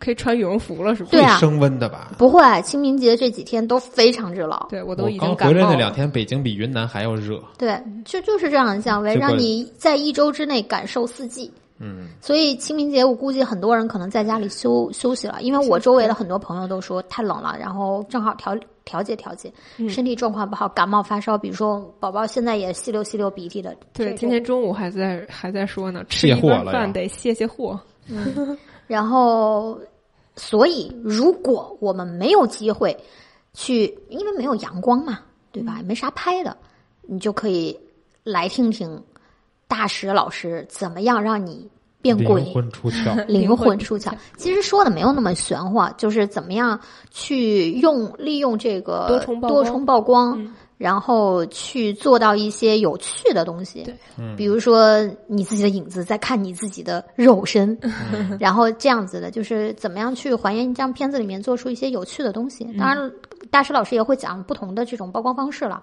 [SPEAKER 2] 可以穿羽绒服了，是不是？
[SPEAKER 1] 对啊
[SPEAKER 3] 会升温的吧？
[SPEAKER 1] 不会，清明节这几天都非常之冷。
[SPEAKER 2] 对我
[SPEAKER 3] 我
[SPEAKER 2] 都已经
[SPEAKER 3] 刚
[SPEAKER 2] 感
[SPEAKER 3] 回来
[SPEAKER 2] 冒
[SPEAKER 3] 那两
[SPEAKER 2] 了。
[SPEAKER 3] 天，北京比云南还要热。
[SPEAKER 1] 对，
[SPEAKER 2] 嗯
[SPEAKER 1] 就就是这样的降维，
[SPEAKER 3] 结果
[SPEAKER 1] 让你在一周之内感受四季。
[SPEAKER 3] 嗯，
[SPEAKER 1] 所以清明节，我估计很多人可能在家里休休息了，因为我周围的很多朋友都说太冷了，然后正好调调节调节，
[SPEAKER 2] 嗯
[SPEAKER 1] 身体状况不好，感冒发烧，比如说宝宝现在也吸溜吸溜鼻涕的。这
[SPEAKER 2] 对，
[SPEAKER 1] 种
[SPEAKER 2] 今天中午还在还在说呢，吃
[SPEAKER 3] 卸
[SPEAKER 2] 一
[SPEAKER 3] 货
[SPEAKER 2] 顿
[SPEAKER 3] 了
[SPEAKER 2] 饭
[SPEAKER 3] 要
[SPEAKER 2] 得卸卸货。
[SPEAKER 1] 然后，所以如果我们没有机会去，因为没有阳光嘛，对吧？也没啥拍的，你就可以来听听大石老师怎么样让你变
[SPEAKER 3] 灵
[SPEAKER 1] 鬼。，
[SPEAKER 3] 魂出窍
[SPEAKER 1] 灵
[SPEAKER 2] 灵
[SPEAKER 1] 魂
[SPEAKER 2] 魂
[SPEAKER 1] 出
[SPEAKER 2] 出
[SPEAKER 1] 窍
[SPEAKER 2] 窍。
[SPEAKER 1] 其实说的没有那么玄乎，啊就是怎么样去用利用这个
[SPEAKER 2] 多重曝
[SPEAKER 1] 多
[SPEAKER 2] 光
[SPEAKER 1] 重曝光，
[SPEAKER 2] 嗯
[SPEAKER 1] 然后去做到一些有趣的东西。
[SPEAKER 2] 对
[SPEAKER 3] 嗯
[SPEAKER 1] 比如说你自己的影子在看你自己的肉身，
[SPEAKER 2] 嗯
[SPEAKER 3] 嗯
[SPEAKER 1] 然后这样子的，就是怎么样去还原一张片子里面做出一些有趣的东西。
[SPEAKER 2] 嗯
[SPEAKER 1] 当然，大师老师也会讲不同的这种曝光方式了。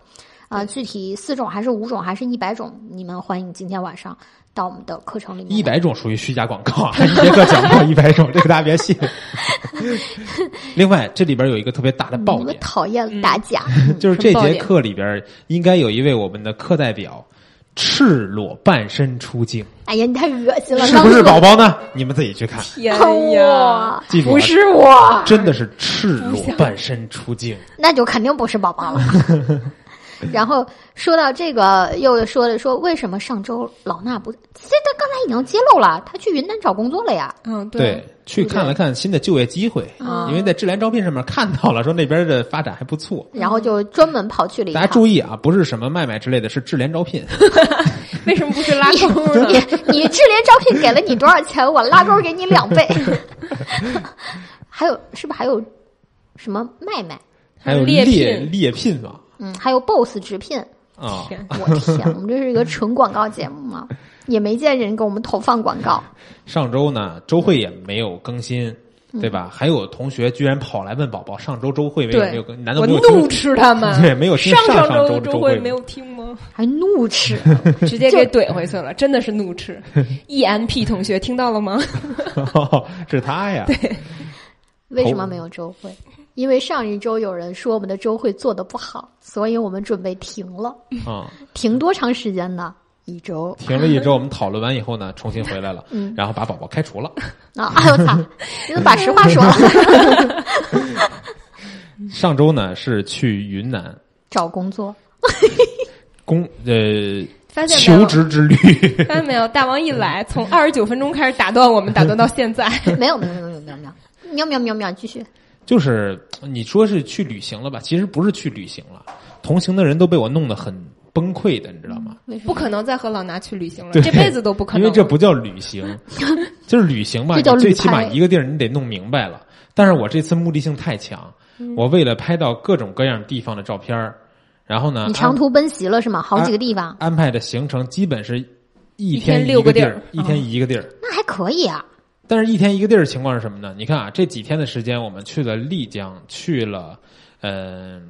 [SPEAKER 1] 啊、具体四种还是五种还是一百种，你们欢迎今天晚上到我们的课程里面。
[SPEAKER 3] 一百种属于虚假广告啊！一节课讲不了一百种，这个大家 别信。另外，这里边有一个特别大的爆
[SPEAKER 1] 你们嗯
[SPEAKER 3] 点，嗯
[SPEAKER 1] 讨厌打架，
[SPEAKER 3] 就是这
[SPEAKER 2] 什么爆
[SPEAKER 3] 节
[SPEAKER 2] 点
[SPEAKER 3] 课里边应该有一位我们的课代表赤裸半身出镜，
[SPEAKER 1] 哎呀，你太恶心了！
[SPEAKER 3] 是不是
[SPEAKER 1] 刚
[SPEAKER 3] 宝宝呢？你们自己去看，
[SPEAKER 2] 天
[SPEAKER 1] 说
[SPEAKER 2] 哎呀，
[SPEAKER 1] 哇，
[SPEAKER 3] 记住啊
[SPEAKER 2] 不是我，
[SPEAKER 3] 真的是赤裸半身出镜。
[SPEAKER 1] 那就肯定不是宝宝了。 然后说到这个，又说了说为什么上周老衲不？其实他刚才已经揭露了，他去云南找工作了呀。
[SPEAKER 2] 嗯，
[SPEAKER 3] 对，去
[SPEAKER 1] 对
[SPEAKER 3] 看了看新的就业机会，
[SPEAKER 1] 啊
[SPEAKER 3] 因为在智联招聘上面看到了，说那边的发展还不错。
[SPEAKER 1] 然后就专门跑去了一
[SPEAKER 3] 嗯大
[SPEAKER 1] 趟。
[SPEAKER 3] 家注意啊，不是什么卖卖之类的，是智联 招聘。
[SPEAKER 2] 为什么不是拉钩呢？
[SPEAKER 1] 你你智联招聘给了你多少钱？我拉钩给你两 倍。还有是不是还有什么麦麦？
[SPEAKER 3] 还有
[SPEAKER 2] 猎
[SPEAKER 3] 猎
[SPEAKER 2] 聘
[SPEAKER 3] 猎聘网
[SPEAKER 1] 嗯，还有 BOSS 直聘。
[SPEAKER 3] 啊，
[SPEAKER 2] 天，
[SPEAKER 1] 我天，我们这是一个纯广告节目吗？也没见人给我们投放广告。
[SPEAKER 3] 上周呢，周会也没有更新，
[SPEAKER 2] 嗯
[SPEAKER 3] 对吧？还有同学居然跑来问宝宝，上周周会为什么没有更？难道
[SPEAKER 2] 我
[SPEAKER 3] 没有听
[SPEAKER 2] 怒斥他 们。
[SPEAKER 3] 对没有听
[SPEAKER 2] 啊上
[SPEAKER 3] 上上
[SPEAKER 2] 周
[SPEAKER 3] 周
[SPEAKER 2] 的
[SPEAKER 3] 的周
[SPEAKER 2] 周
[SPEAKER 3] 会
[SPEAKER 2] 没有听吗？
[SPEAKER 1] 还怒斥，
[SPEAKER 2] 直接给怼回去了，真的是怒斥。EMP 同学听到了吗？
[SPEAKER 3] 是他呀？
[SPEAKER 1] 为什么没有周会？因为上一周有人说我们的周会做的不好，所以我们准备停了。
[SPEAKER 3] 啊、
[SPEAKER 1] 停多长时间呢？一周
[SPEAKER 3] 停了一周，我们讨论完以后呢，重新回来了，
[SPEAKER 1] 嗯
[SPEAKER 3] 然后把宝宝开除了。
[SPEAKER 1] 啊！ 哎呦我操！你怎么把实话说了？
[SPEAKER 3] 上周呢是去云南
[SPEAKER 1] 找工作，
[SPEAKER 3] 工呃
[SPEAKER 2] 发现没
[SPEAKER 3] 求
[SPEAKER 2] 有？
[SPEAKER 3] 职之旅，
[SPEAKER 2] 发现没有？大王一来，从二十九分钟开始打断我们，打断到现在。
[SPEAKER 1] 没有没有没有没有没有没有。喵喵喵喵，继续。
[SPEAKER 3] 就是你说是去旅行了吧？其实不是去旅行了，同行的人都被我弄得很崩溃的，你知道吗？
[SPEAKER 1] 为什
[SPEAKER 2] 不
[SPEAKER 1] 么？
[SPEAKER 2] 可能再和老拿去旅行了，
[SPEAKER 3] 对
[SPEAKER 2] 这辈子都不可
[SPEAKER 3] 因
[SPEAKER 2] 能。
[SPEAKER 3] 为这不叫 旅行，就是旅行嘛，
[SPEAKER 1] 这叫
[SPEAKER 3] 你
[SPEAKER 1] 旅
[SPEAKER 3] 最起码
[SPEAKER 1] 拍
[SPEAKER 3] 一个地儿你得弄明白了。但是我这次目的性太强，
[SPEAKER 2] 嗯
[SPEAKER 3] 我为了拍到各种各样地方的照片儿然后呢，
[SPEAKER 1] 你长途奔袭了是吗？好几个地方，
[SPEAKER 3] 安安排的行程基本是一
[SPEAKER 2] 一天
[SPEAKER 3] 一
[SPEAKER 2] 六
[SPEAKER 3] 个
[SPEAKER 2] 个
[SPEAKER 3] 地
[SPEAKER 2] 地
[SPEAKER 3] 儿
[SPEAKER 2] 儿，嗯
[SPEAKER 3] 一天一个地儿。
[SPEAKER 1] 那还可以啊。
[SPEAKER 3] 但是，一天一个地儿的情况是什么呢？你看啊，这几天的时间，我们去了丽江，去了嗯、呃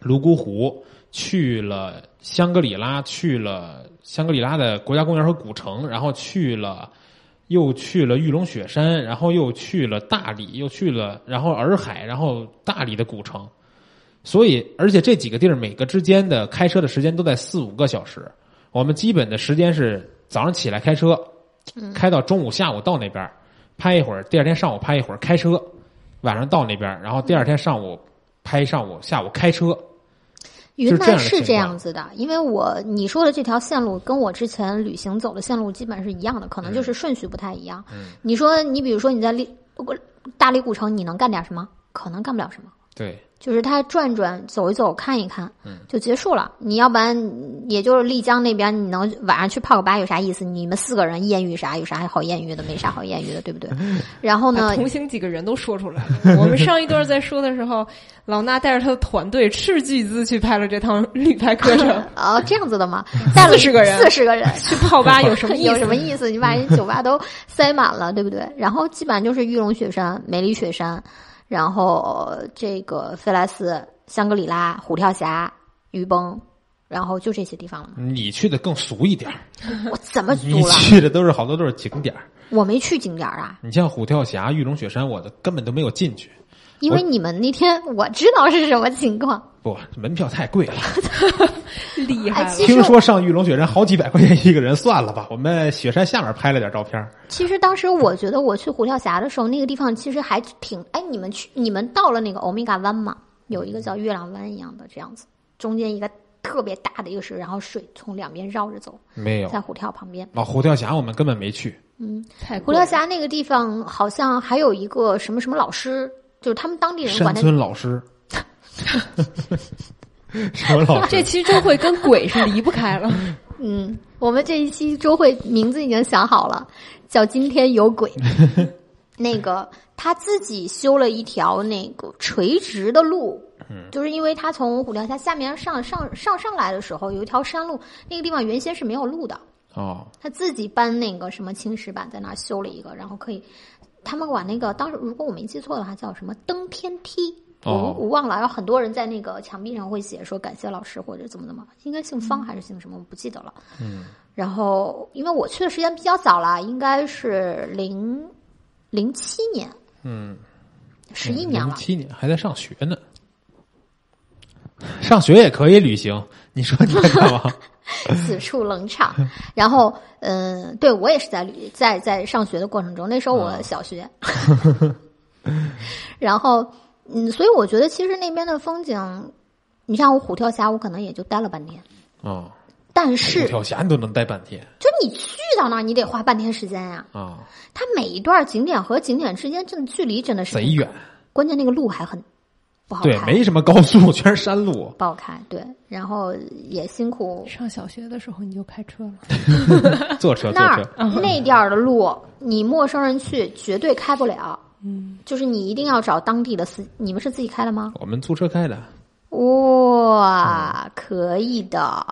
[SPEAKER 3] 泸沽湖，去了香格里拉，去了香格里拉的国家公园和古城，然后去了又去了玉龙雪山，然后又去了大理，又去了然后洱海，然后大理的古城。所以，而且这几个地儿每个之间的开车的时间都在四五个小时。我们基本的时间是早上起来开车，开到中午、下午到那边儿拍一会儿，第二天上午拍一会儿，开车，晚上到那边儿，然后第二天上午拍上午，下午开车，
[SPEAKER 1] 云
[SPEAKER 3] 这样
[SPEAKER 1] 南
[SPEAKER 3] 的
[SPEAKER 1] 是
[SPEAKER 3] 情
[SPEAKER 1] 这
[SPEAKER 3] 况
[SPEAKER 1] 样子的，因为我你说的这条线路跟我之前旅行走的线路基本是一样的，可能就是顺序不太一样。
[SPEAKER 3] 嗯
[SPEAKER 1] 你说你比如说你在丽大理古城，你能干点什么？可能干不了什么。
[SPEAKER 3] 对，
[SPEAKER 1] 就是它转转走一走看一看，
[SPEAKER 3] 嗯，
[SPEAKER 1] 就结束了。你要不然也就是丽江那边，你能晚上去泡个吧有啥意思？你们四个人艳遇啥？有啥好艳遇的？没啥好艳遇的，对不对？然后
[SPEAKER 2] 把
[SPEAKER 1] 呢，
[SPEAKER 2] 同行几个人都说出来 了。我们上一段在说的时候，老衲带着他的团队斥巨资去拍了这趟旅拍课 程，
[SPEAKER 1] 哦，这样子的吗？带了
[SPEAKER 2] 40个人
[SPEAKER 1] 四十个人，
[SPEAKER 2] 去泡吧有什么意思？
[SPEAKER 1] 有什么意思？你把人
[SPEAKER 3] 嗯
[SPEAKER 1] 酒吧都塞满了，对不对？然后基本上就是玉龙雪山、梅里雪山，然后这个菲莱斯、香格里拉、虎跳峡、鱼崩，然后就这些地方了嘛。
[SPEAKER 3] 你去的更俗一点儿，
[SPEAKER 1] 我怎么
[SPEAKER 3] 你
[SPEAKER 1] 读了？
[SPEAKER 3] 去的都是好多都是景点儿。
[SPEAKER 1] 我没去景点儿啊，
[SPEAKER 3] 你像虎跳峡、玉龙雪山，我的根本都没有进去，
[SPEAKER 1] 因为你们那天我知道是什么情况。
[SPEAKER 3] 不，门票太贵了。
[SPEAKER 2] 厉害
[SPEAKER 1] 哎，
[SPEAKER 2] 了？
[SPEAKER 1] 其实
[SPEAKER 3] 听说上玉龙雪山好几百块钱一个人，算了吧。我们雪山下面拍了点照片儿，
[SPEAKER 1] 其实当时我觉得我去虎跳峡的时候，那个地方其实还挺……哎，你们去你们到了那个欧米伽湾吗？有一个叫月亮湾一样的这样子，中间一个特别大的一个石，然后水从两边绕着走。
[SPEAKER 3] 没有
[SPEAKER 1] 在。虎跳旁边。
[SPEAKER 3] 啊，虎跳峡我们根本没去。
[SPEAKER 2] 太
[SPEAKER 1] 虎
[SPEAKER 2] 贵
[SPEAKER 1] 跳
[SPEAKER 2] 了
[SPEAKER 1] 峡那个地方好像还有一个什么什么老师，就是他们当地人
[SPEAKER 3] 山
[SPEAKER 1] 管他
[SPEAKER 3] 村老师， 什么老师？
[SPEAKER 2] 这期周慧跟鬼是离不 开了，
[SPEAKER 1] 嗯，我们这一期周慧名字已经想好了，叫“今天有鬼” 。那个他自己修了一条那个垂直的路，就是因为他从虎跳峡下面上上上上来的时候，有一条山路，那个地方原先是没有路的，
[SPEAKER 3] 哦，
[SPEAKER 1] 他自己搬那个什么青石板在那儿修了一个，然后可以，他们管那个当时如果我没记错的话叫什么登天梯，
[SPEAKER 3] 哦
[SPEAKER 1] 我我忘了。然后很多人在那个墙壁上会写说感谢老师或者怎么怎么，应该姓方还是姓什么，我不记得了。
[SPEAKER 3] 嗯，
[SPEAKER 1] 然后因为我去的时间比较早了，应该是零零七年，
[SPEAKER 3] 嗯，
[SPEAKER 1] 十一年了。
[SPEAKER 3] 七年还在上学呢。上学也可以旅行，你说你在 干嘛？
[SPEAKER 1] 此处冷场。然后，嗯，对我也是在旅在在上学的过程中，那时候
[SPEAKER 3] 啊
[SPEAKER 1] 我小学。 然后，嗯，所以我觉得其实那边的风景，你像我虎跳峡，我可能也就待了半天。
[SPEAKER 3] 哦，
[SPEAKER 1] 但
[SPEAKER 3] 虎
[SPEAKER 1] 是，
[SPEAKER 3] 跳峡你都能待半天
[SPEAKER 1] 就你去到那儿，你得花半天时间呀、
[SPEAKER 3] 啊，
[SPEAKER 1] 它每一段景点和景点之间真的距离真的是
[SPEAKER 3] 贼，远。
[SPEAKER 1] 关键那个路还很不好
[SPEAKER 3] 对，
[SPEAKER 1] 开，
[SPEAKER 3] 没什么高速，全是山 路。
[SPEAKER 1] 不好开。对，然后也辛苦
[SPEAKER 2] 上小学的时候你就开车了，
[SPEAKER 3] 坐车，啊坐
[SPEAKER 1] 那
[SPEAKER 3] 车
[SPEAKER 1] 儿。
[SPEAKER 2] 嗯
[SPEAKER 1] 那地儿的路，你陌生人去绝对开不了。
[SPEAKER 2] 嗯，
[SPEAKER 1] 就是你一定要找当地的司，你们是自己开的吗？
[SPEAKER 3] 我们租车开的，
[SPEAKER 2] 嗯
[SPEAKER 1] 哇，可以的。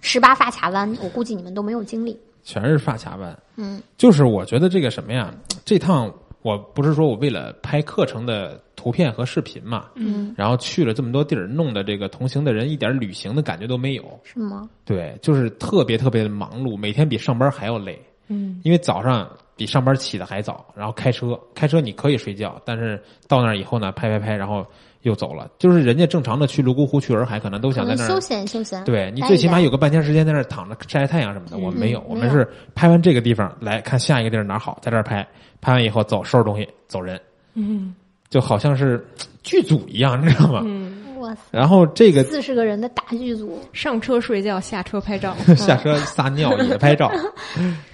[SPEAKER 1] 十八发卡湾，我估计你们都没有经历。
[SPEAKER 3] 全是发卡湾。
[SPEAKER 1] 嗯，
[SPEAKER 3] 就是我觉得这个什么呀，这趟我不是说我为了拍课程的图片和视频嘛，
[SPEAKER 1] 嗯，
[SPEAKER 3] 然后去了这么多地儿，弄得这个同行的人一点旅行的感觉都没有。
[SPEAKER 1] 是吗？
[SPEAKER 3] 对，就是特别特别的忙碌，每天比上班还要累。
[SPEAKER 2] 嗯，
[SPEAKER 3] 因为早上比上班起的还早，然后开车，开车你可以睡觉，但是到那儿以后呢，拍拍拍，然后又走了。就是人家正常的去泸沽湖、去洱海，可能都
[SPEAKER 1] 可
[SPEAKER 3] 想在
[SPEAKER 1] 能
[SPEAKER 3] 那
[SPEAKER 1] 嗯休
[SPEAKER 3] 儿。
[SPEAKER 1] 闲休
[SPEAKER 2] 啊
[SPEAKER 1] 闲。
[SPEAKER 3] 对你
[SPEAKER 1] 待一
[SPEAKER 3] 最起码
[SPEAKER 1] 待
[SPEAKER 3] 有个半天时间在那儿躺着晒晒太阳什么的，我们没有，
[SPEAKER 1] 嗯
[SPEAKER 3] 我
[SPEAKER 1] 没
[SPEAKER 3] 们
[SPEAKER 1] 有
[SPEAKER 3] 是拍完这个地方来看下一个地儿哪儿好，在这儿拍，拍完以后走收拾东西走人，
[SPEAKER 2] 嗯
[SPEAKER 3] 就好像是剧组一样，你知道吗？
[SPEAKER 2] 嗯，
[SPEAKER 1] 哇塞，
[SPEAKER 3] 然后 这个
[SPEAKER 1] 四十个人的大剧组，
[SPEAKER 2] 上车睡觉，下车拍 照。
[SPEAKER 3] 下车撒 尿也拍照，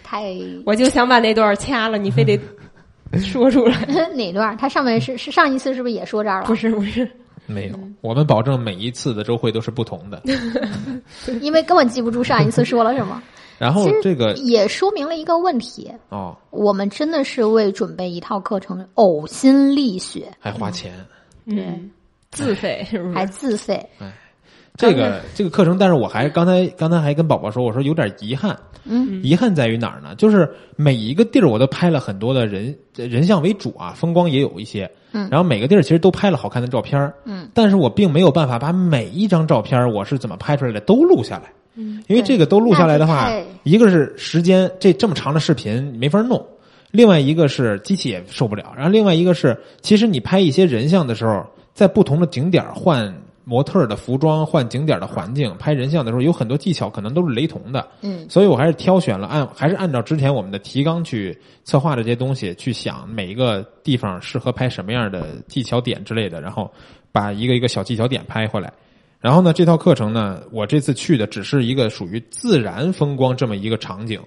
[SPEAKER 1] 太
[SPEAKER 2] 我就想把那段掐了，你非得说出来。
[SPEAKER 1] 哪段儿？它上面是是上一次是不是也说这儿了
[SPEAKER 2] 不？是不是，
[SPEAKER 3] 没有，
[SPEAKER 1] 嗯
[SPEAKER 3] 我们保证每一次的周会都是不 同的。
[SPEAKER 1] 因为根本记不住上一次说了什 么，
[SPEAKER 3] 然后
[SPEAKER 1] 其实
[SPEAKER 3] 这个
[SPEAKER 1] 也说明了一个问题：
[SPEAKER 3] 哦，
[SPEAKER 1] 我们真的是为准备一套课程呕心沥血，
[SPEAKER 3] 还花钱。
[SPEAKER 2] 嗯，自费是不是？
[SPEAKER 1] 还自费。
[SPEAKER 3] 这
[SPEAKER 2] 当
[SPEAKER 3] 个这个课程，但是我还刚才刚才还跟宝宝说，我说有点遗憾，
[SPEAKER 1] 嗯，
[SPEAKER 3] 遗憾在于哪儿呢？就是每一个地儿我都拍了很多的人人像为主啊，风光也有一些，
[SPEAKER 1] 嗯
[SPEAKER 3] 然后每个地儿其实都拍了好看的照片儿
[SPEAKER 1] 嗯，
[SPEAKER 3] 但是我并没有办法把每一张照片儿我是怎么拍出来的都录下来，
[SPEAKER 2] 嗯，
[SPEAKER 3] 因为这个都录下来的话
[SPEAKER 1] 那就太，
[SPEAKER 3] 一个是时间这这么长的视频没法弄，另外一个是机器也受不了，然后另外一个是其实你拍一些人像的时候，在不同的景点儿换。模特儿的服装换景点儿的环境，拍人像的时候有很多技巧，可能都是雷同的。
[SPEAKER 1] 嗯，
[SPEAKER 3] 所以我还是挑选了按还是按照之前我们的提纲去策划的这些东西，去想每一个地方适合拍什么样的技巧点之类的，然后把一个一个小技巧点拍回来，然后呢，这套课程呢，我这次去的只是一个属于自然风光这么一个场景。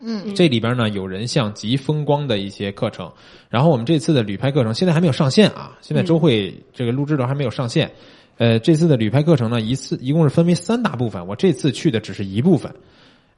[SPEAKER 1] 嗯，
[SPEAKER 3] 这里边呢有人像及风光的一些课程，然后我们这次的旅拍课程现在还没有上线啊，现在周会这个录制的还没有上线。呃，这次的旅拍课程呢，一次一共是分为三大部分，我这次去的只是一部分，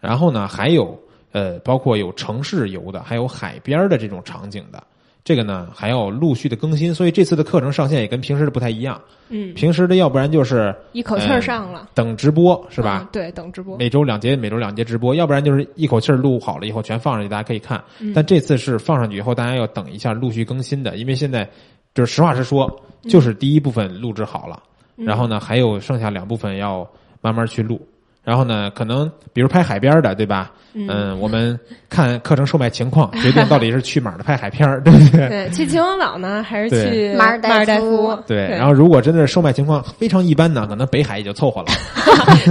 [SPEAKER 3] 然后呢还有呃，包括有城市游的，还有海边的这种场景的，这个呢还要陆续的更新，所以这次的课程上线也跟平时的不太一样，
[SPEAKER 2] 嗯，
[SPEAKER 3] 平时的要不然就是
[SPEAKER 2] 一口气儿上了，
[SPEAKER 3] 等直播是吧？
[SPEAKER 2] 嗯对，等直播。
[SPEAKER 3] 每周两节，每周两节直播，要不然就是一口气儿录好了以后全放上去，大家可以看。
[SPEAKER 2] 嗯
[SPEAKER 3] 但这次是放上去以后，大家要等一下陆续更新的，因为现在就是实话实说，
[SPEAKER 2] 嗯
[SPEAKER 3] 就是第一部分录制好了，然后呢还有剩下两部分要慢慢去录。然后呢，可能比如拍海边儿的，对吧？
[SPEAKER 2] 嗯
[SPEAKER 1] 呃
[SPEAKER 3] 嗯，我们看课程售卖 情况，决定到底是去哪儿的拍海片儿，对不对？
[SPEAKER 2] 对，去秦皇岛呢，还是
[SPEAKER 3] 对
[SPEAKER 2] 去
[SPEAKER 1] 马
[SPEAKER 2] 马
[SPEAKER 1] 尔代
[SPEAKER 2] 尔代
[SPEAKER 1] 夫
[SPEAKER 2] 夫？
[SPEAKER 3] 对。然后如果真的是售卖情况非常一般呢，可能北海也就凑合了。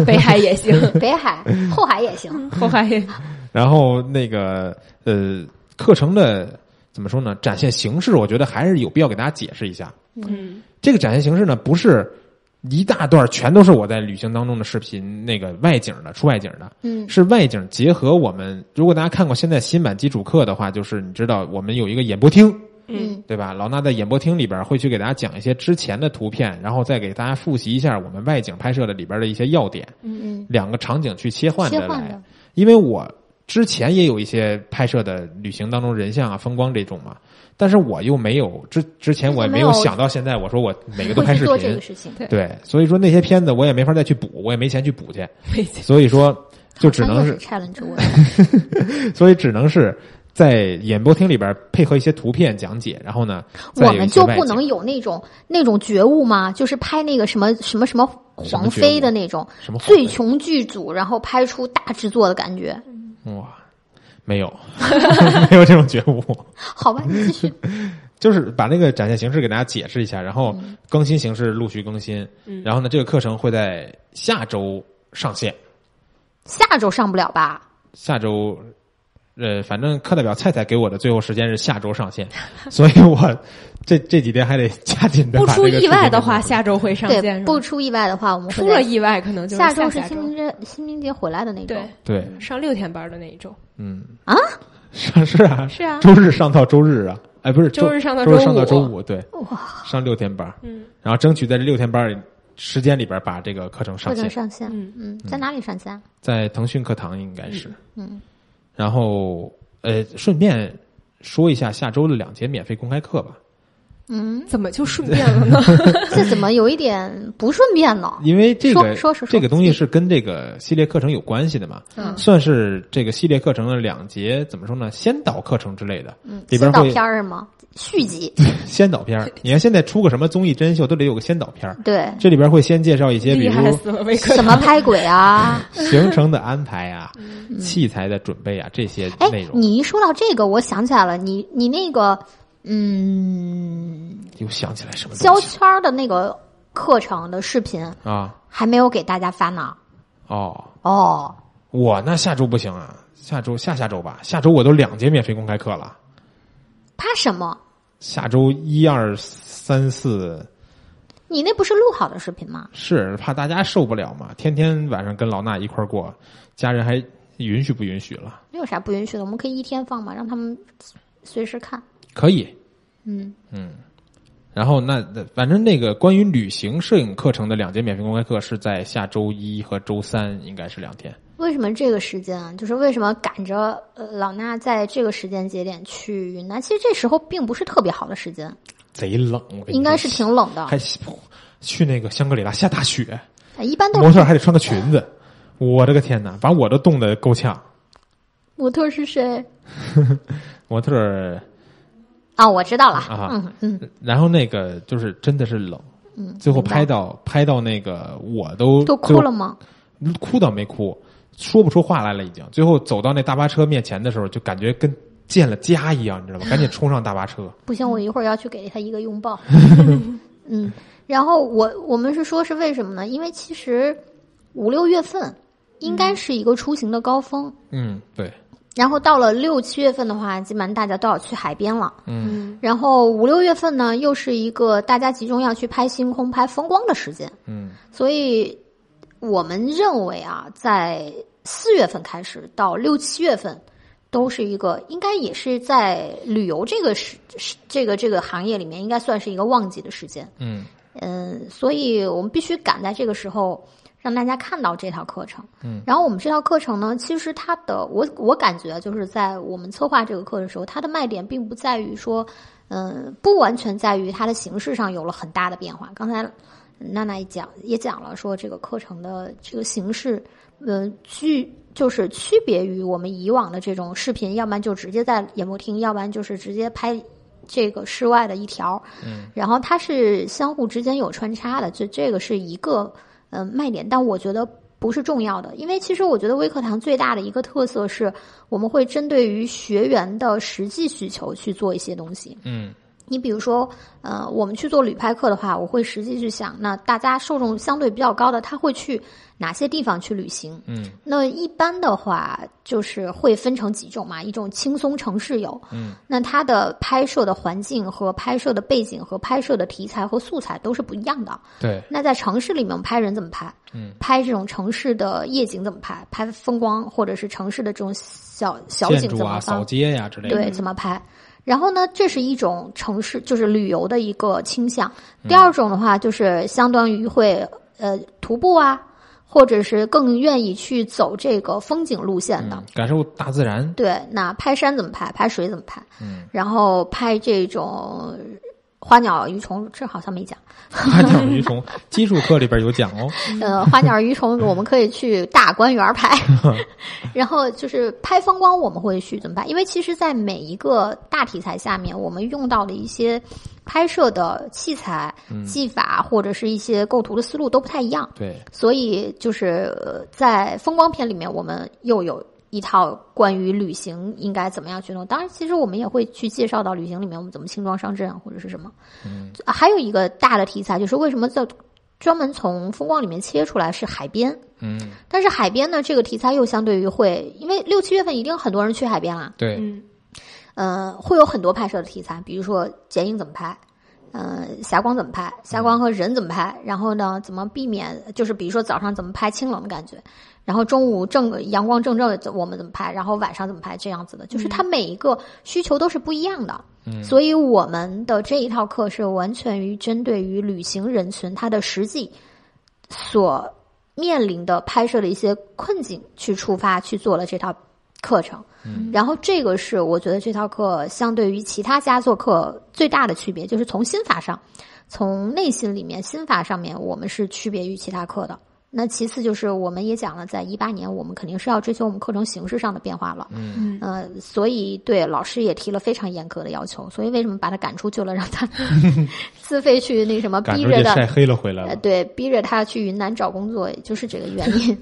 [SPEAKER 2] 北海也行，
[SPEAKER 1] 北海、
[SPEAKER 3] 嗯
[SPEAKER 1] 后海也行。
[SPEAKER 2] 后海也
[SPEAKER 3] 然后那个呃，课程的怎么说呢？展现形式，我觉得还是有必要给大家解释一下。
[SPEAKER 2] 嗯
[SPEAKER 3] 这个展现形式呢，不是一大段全都是我在旅行当中的视频，那个外景的、出外景的，
[SPEAKER 1] 嗯
[SPEAKER 3] 是外景结合我们。如果大家看过现在新版基础课的话，就是你知道我们有一个演播厅，
[SPEAKER 2] 嗯，
[SPEAKER 3] 对吧？老衲在演播厅里边会去给大家讲一些之前的图片，然后再给大家复习一下我们外景拍摄的里边的一些要点，
[SPEAKER 1] 嗯
[SPEAKER 3] 两个场景去切
[SPEAKER 1] 嗯，
[SPEAKER 3] 换
[SPEAKER 1] 切
[SPEAKER 3] 着
[SPEAKER 1] 换
[SPEAKER 3] 来。
[SPEAKER 1] 的，
[SPEAKER 3] 因为我之前也有一些拍摄的旅行当中人像啊、风光这种嘛，但是我又没有之之前我也没有想到现在，我说我每个都
[SPEAKER 1] 会
[SPEAKER 3] 拍
[SPEAKER 1] 去
[SPEAKER 3] 视
[SPEAKER 1] 做这
[SPEAKER 3] 频
[SPEAKER 1] 个，事情，
[SPEAKER 3] 对，所以说那些片子我也没法再去补，我也没钱去补去，
[SPEAKER 2] 没 劲。
[SPEAKER 3] 所以说就只
[SPEAKER 1] 好像
[SPEAKER 3] 能，
[SPEAKER 1] 就是哎 challenge 我。
[SPEAKER 3] 所以只能是在演播厅里边配合一些图片讲解，然后呢， 再
[SPEAKER 1] 我
[SPEAKER 3] 有一
[SPEAKER 1] 们
[SPEAKER 3] 些
[SPEAKER 1] 就
[SPEAKER 3] 外
[SPEAKER 1] 不
[SPEAKER 3] 景
[SPEAKER 1] 能有那种那种觉悟吗？就是拍那个什么什么什么
[SPEAKER 3] 什么
[SPEAKER 1] 黄
[SPEAKER 3] 觉
[SPEAKER 1] 飞
[SPEAKER 3] 悟
[SPEAKER 1] 的那种
[SPEAKER 3] 什么好
[SPEAKER 1] 最穷剧组，然后拍出大制作的感觉。
[SPEAKER 3] 哇，没有 没有这种觉悟。
[SPEAKER 1] 好吧，你继 续。
[SPEAKER 3] 就是把那个展现形式给大家解释一下，然后更新形式陆续更新。
[SPEAKER 2] 嗯
[SPEAKER 3] 然后呢，这个课程会在下周上线，
[SPEAKER 1] 下周上不了吧？
[SPEAKER 3] 下周。呃，反正课代表菜菜给我的最后时间是下周 上线，所以我这这几天还得加紧的。
[SPEAKER 2] 不出意外的话，下周会上线
[SPEAKER 1] 对，
[SPEAKER 2] 是吧。
[SPEAKER 1] 不出意外的话，我们会
[SPEAKER 2] 出
[SPEAKER 1] 在
[SPEAKER 2] 了意外，可能就是
[SPEAKER 1] 下
[SPEAKER 2] 周
[SPEAKER 1] 周是清明节清明节回来的那周
[SPEAKER 2] 对。
[SPEAKER 3] 对，
[SPEAKER 2] 上六天班的那一周。
[SPEAKER 3] 嗯
[SPEAKER 1] 啊，
[SPEAKER 3] 是是啊，
[SPEAKER 2] 是啊
[SPEAKER 3] 周日上到周日啊，哎，不是
[SPEAKER 2] 周日上到
[SPEAKER 3] 周
[SPEAKER 2] 周
[SPEAKER 3] 上到
[SPEAKER 2] 五
[SPEAKER 3] 周五，对，
[SPEAKER 1] 哇，
[SPEAKER 3] 上六天班，
[SPEAKER 2] 嗯
[SPEAKER 3] 然后争取在这六天班里时间里边把这个课程
[SPEAKER 1] 不
[SPEAKER 3] 上线
[SPEAKER 1] 能。上线。
[SPEAKER 2] 嗯，
[SPEAKER 1] 嗯，在哪里上线啊？
[SPEAKER 3] 在腾讯课堂应该是，
[SPEAKER 1] 嗯，
[SPEAKER 3] 然后呃，顺便说一下下周的两节免费公开课吧，
[SPEAKER 1] 嗯，
[SPEAKER 2] 怎么就顺便了呢？
[SPEAKER 1] 这怎么有一点不顺便呢？
[SPEAKER 3] 因为这个
[SPEAKER 1] 哦说说说说
[SPEAKER 3] 这个东西是跟这个系列课程有关系的嘛，
[SPEAKER 2] 嗯
[SPEAKER 3] 算是这个系列课程的两节怎么说呢，先导课程之类的，
[SPEAKER 1] 嗯，
[SPEAKER 3] 里
[SPEAKER 1] 先
[SPEAKER 3] 边
[SPEAKER 1] 导
[SPEAKER 3] 会
[SPEAKER 1] 片儿吗？续 集
[SPEAKER 3] 先 导片儿。你看现在出个什么综艺真人秀都得有个先导片儿，
[SPEAKER 1] 对，
[SPEAKER 3] 这里边会先介绍一些比
[SPEAKER 2] 厉
[SPEAKER 3] 如
[SPEAKER 2] 害 死了，维克
[SPEAKER 1] 什么拍鬼啊？
[SPEAKER 3] 行程的安排啊、器材的准备啊这些内
[SPEAKER 1] 嗯哎，
[SPEAKER 3] 容，
[SPEAKER 1] 你一说到这个，我想起来了，你你那个嗯
[SPEAKER 3] 又想起来什么
[SPEAKER 1] 胶
[SPEAKER 3] 东西
[SPEAKER 1] 圈儿的那个课程的视频
[SPEAKER 3] 啊？
[SPEAKER 1] 还没有给大家发呢。
[SPEAKER 3] 哦，
[SPEAKER 1] 哦，
[SPEAKER 3] 我那下周不行啊，下周下下周吧，下周我都两节免费公开课了，
[SPEAKER 1] 怕什么？
[SPEAKER 3] 下周一二三四
[SPEAKER 1] 你那不是录好的视频吗？
[SPEAKER 3] 是怕大家受不了嘛，天天晚上跟老衲一块儿过，家人还允许不允许了？
[SPEAKER 1] 没有啥不允许的，我们可以一天放嘛，让他们随时看。
[SPEAKER 3] 可以，
[SPEAKER 1] 嗯，
[SPEAKER 3] 然后那那反正那个关于旅行摄影课程的两节免费公开课是在下周一和周三，应该是两天。
[SPEAKER 1] 为什么这个时间啊？就是为什么赶着呃老衲在这个时间节点去云南？其实这时候并不是特别好的时间，
[SPEAKER 3] 贼冷，我哎跟你
[SPEAKER 1] 应该是挺冷的
[SPEAKER 3] 还。去那个香格里拉下大雪，
[SPEAKER 1] 哎一般都
[SPEAKER 3] 模特还得穿个裙子，我这个天哪，把我都冻得够呛。
[SPEAKER 1] 模特是谁？
[SPEAKER 3] 模特儿
[SPEAKER 1] 啊，我知道了。
[SPEAKER 3] 啊
[SPEAKER 1] 嗯嗯，
[SPEAKER 3] 然后那个就是真的是冷，
[SPEAKER 1] 嗯
[SPEAKER 3] 最后
[SPEAKER 1] 明白
[SPEAKER 3] 拍到拍到那个我都
[SPEAKER 1] 都哭了，吗？
[SPEAKER 3] 最后哭倒没哭，说不出话来了已经。最后走到那大巴车面前的时候，就感觉跟见了家一样，你知道吗？赶紧冲上大巴车。
[SPEAKER 1] 不行，我一会儿要去给他一个拥 抱。嗯，然后我我们是说是为什么呢？因为其实五六月份应该是一个出行的高峰，
[SPEAKER 3] 嗯，对，
[SPEAKER 1] 然后到了六七月份的话，基本上大家都要去海边了。
[SPEAKER 3] 嗯，
[SPEAKER 1] 然后五六月份呢，又是一个大家集中要去拍星空、拍风光的时间。
[SPEAKER 3] 嗯，
[SPEAKER 1] 所以我们认为啊，在四月份开始到六七月份，都是一个应该也是在旅游这个时时这个这个行业里面，应该算是一个旺季的时间。
[SPEAKER 3] 嗯
[SPEAKER 1] 嗯，所以我们必须赶在这个时候让大家看到这套课程。
[SPEAKER 3] 嗯，
[SPEAKER 1] 然后我们这套课程呢，其实它的我我感觉就是在我们策划这个课的时候，它的卖点并不在于说，嗯，不完全在于它的形式上有了很大的变化。刚才娜娜也讲也讲了，说这个课程的这个形式，嗯，具就是区别于我们以往的这种视频，要不然就直接在演播厅，要不然就是直接拍这个室外的一条。
[SPEAKER 3] 嗯，
[SPEAKER 1] 然后它是相互之间有穿插的，就这个是一个嗯、呃卖点，但我觉得不是重要的，因为其实我觉得微课堂最大的一个特色是，我们会针对于学员的实际需求去做一些东西。
[SPEAKER 3] 嗯
[SPEAKER 1] 你比如说，呃，我们去做旅拍课的话，我会实际去想，那大家受众相对比较高的，他会去哪些地方去旅行？
[SPEAKER 3] 嗯，
[SPEAKER 1] 那一般的话，就是会分成几种嘛，一种轻松城市游，
[SPEAKER 3] 嗯，
[SPEAKER 1] 那它的拍摄的环境和拍摄的背景和拍摄的题材和素材都是不一样的。
[SPEAKER 3] 对，
[SPEAKER 1] 那在城市里面我们拍人怎么拍？
[SPEAKER 3] 嗯，
[SPEAKER 1] 拍这种城市的夜景怎么拍？拍风光或者是城市的这种小小
[SPEAKER 3] 建
[SPEAKER 1] 景
[SPEAKER 3] 筑
[SPEAKER 1] 怎
[SPEAKER 3] 啊、
[SPEAKER 1] 么放？
[SPEAKER 3] 扫街呀、之类的，
[SPEAKER 1] 对，怎么拍。然后呢，这是一种城市，就是旅游的一个倾向。
[SPEAKER 3] 嗯
[SPEAKER 1] 第二种的话，就是相当于会呃徒步啊，或者是更愿意去走这个风景路线的。
[SPEAKER 3] 嗯，感受大自然，
[SPEAKER 1] 对，那拍山怎么拍？拍水怎么拍？
[SPEAKER 3] 嗯，
[SPEAKER 1] 然后拍这种花鸟鱼虫，这好像没讲。
[SPEAKER 3] 花鸟 鱼虫，基础课里边有讲哦，
[SPEAKER 1] 呃，花鸟鱼虫，我们可以去大观园拍，然后就是拍风光，我们会去怎么办？因为其实，在每一个大题材下面，我们用到的一些拍摄的器材、技法或者是一些构图的思路都不太一样，
[SPEAKER 3] 对，
[SPEAKER 1] 所以就是呃在风光片里面，我们又有一套关于旅行应该怎么样去弄。当然，其实我们也会去介绍到旅行里面我们怎么轻装上阵啊，或者是什么。
[SPEAKER 3] 嗯
[SPEAKER 1] 啊还有一个大的题材就是为什么在专门从风光里面切出来是海边，
[SPEAKER 3] 嗯，
[SPEAKER 1] 但是海边呢这个题材又相对于会，因为六七月份一定很多人去海边啦，
[SPEAKER 3] 对，
[SPEAKER 2] 嗯
[SPEAKER 1] 呃，会有很多拍摄的题材，比如说剪影怎么拍，呃，霞光怎么拍，霞光和人怎么拍，然后呢，怎么避免，就是比如说早上怎么拍清冷的感觉，然后中午正阳光正正我们怎么拍，然后晚上怎么拍，这样子的，就是它每一个需求都是不一样的。
[SPEAKER 3] 嗯
[SPEAKER 1] 所以我们的这一套课是完全于针对于旅行人群他的实际所面临的拍摄的一些困境去出发去做了这套课程。然后这个是我觉得这套课相对于其他佳作课最大的区别，就是从心法上，从内心里面心法上面，我们是区别于其他课的。那其次就是我们也讲了，在一八年我们肯定是要追求我们课程形式上的变化了。
[SPEAKER 2] 嗯
[SPEAKER 1] 呃，所以对老师也提了非常严格的要求，所以为什么把他赶出去了，让他 自费去那什么，
[SPEAKER 3] 赶
[SPEAKER 1] 逼
[SPEAKER 3] 出
[SPEAKER 1] 着
[SPEAKER 3] 去
[SPEAKER 1] 的
[SPEAKER 3] 晒黑了回来
[SPEAKER 1] 呃，
[SPEAKER 3] 了，
[SPEAKER 1] 对，逼着他去云南找工作，也就是这个原因。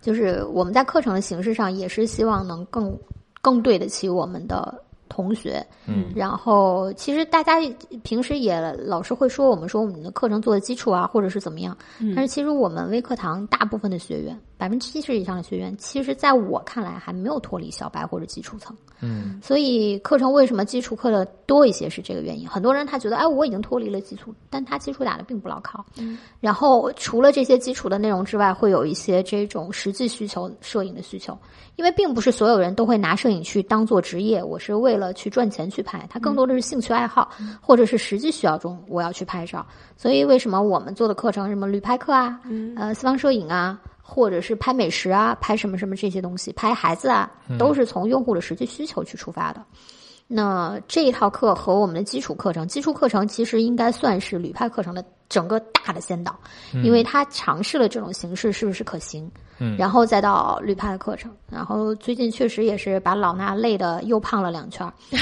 [SPEAKER 1] 就是我们在课程的形式上，也是希望能更更对得起我们的同学。
[SPEAKER 3] 嗯，
[SPEAKER 1] 然后其实大家平时也老是会说我们说我们的课程做的基础啊，或者是怎么样。
[SPEAKER 2] 嗯
[SPEAKER 1] 但是其实我们微课堂大部分的学员，百分之七十以上的学员，其实在我看来还没有脱离小白或者基础层。
[SPEAKER 3] 嗯，
[SPEAKER 1] 所以课程为什么基础课的多一些是这个原因。很多人他觉得，哎，我已经脱离了基础，但他基础打的并不牢靠。
[SPEAKER 2] 嗯
[SPEAKER 1] 然后除了这些基础的内容之外，会有一些这种实际需求、摄影的需求，因为并不是所有人都会拿摄影去当做职业，我是为了去赚钱去拍，它更多的是兴趣爱好，或者是实际需要中我要去拍照。所以为什么我们做的课程，什么旅拍课啊，
[SPEAKER 2] 嗯
[SPEAKER 1] 呃，私房摄影啊，或者是拍美食啊，拍什么什么这些东西，拍孩子啊，都是从用户的实际需求去出发的。那这一套课和我们的基础课程，基础课程其实应该算是旅拍课程的整个大的先导，因为它尝试了这种形式是不是可行，
[SPEAKER 3] 嗯
[SPEAKER 1] 然后再到旅拍的课程，然后最近确实也是把老衲累得又胖了两圈儿，
[SPEAKER 3] 嗯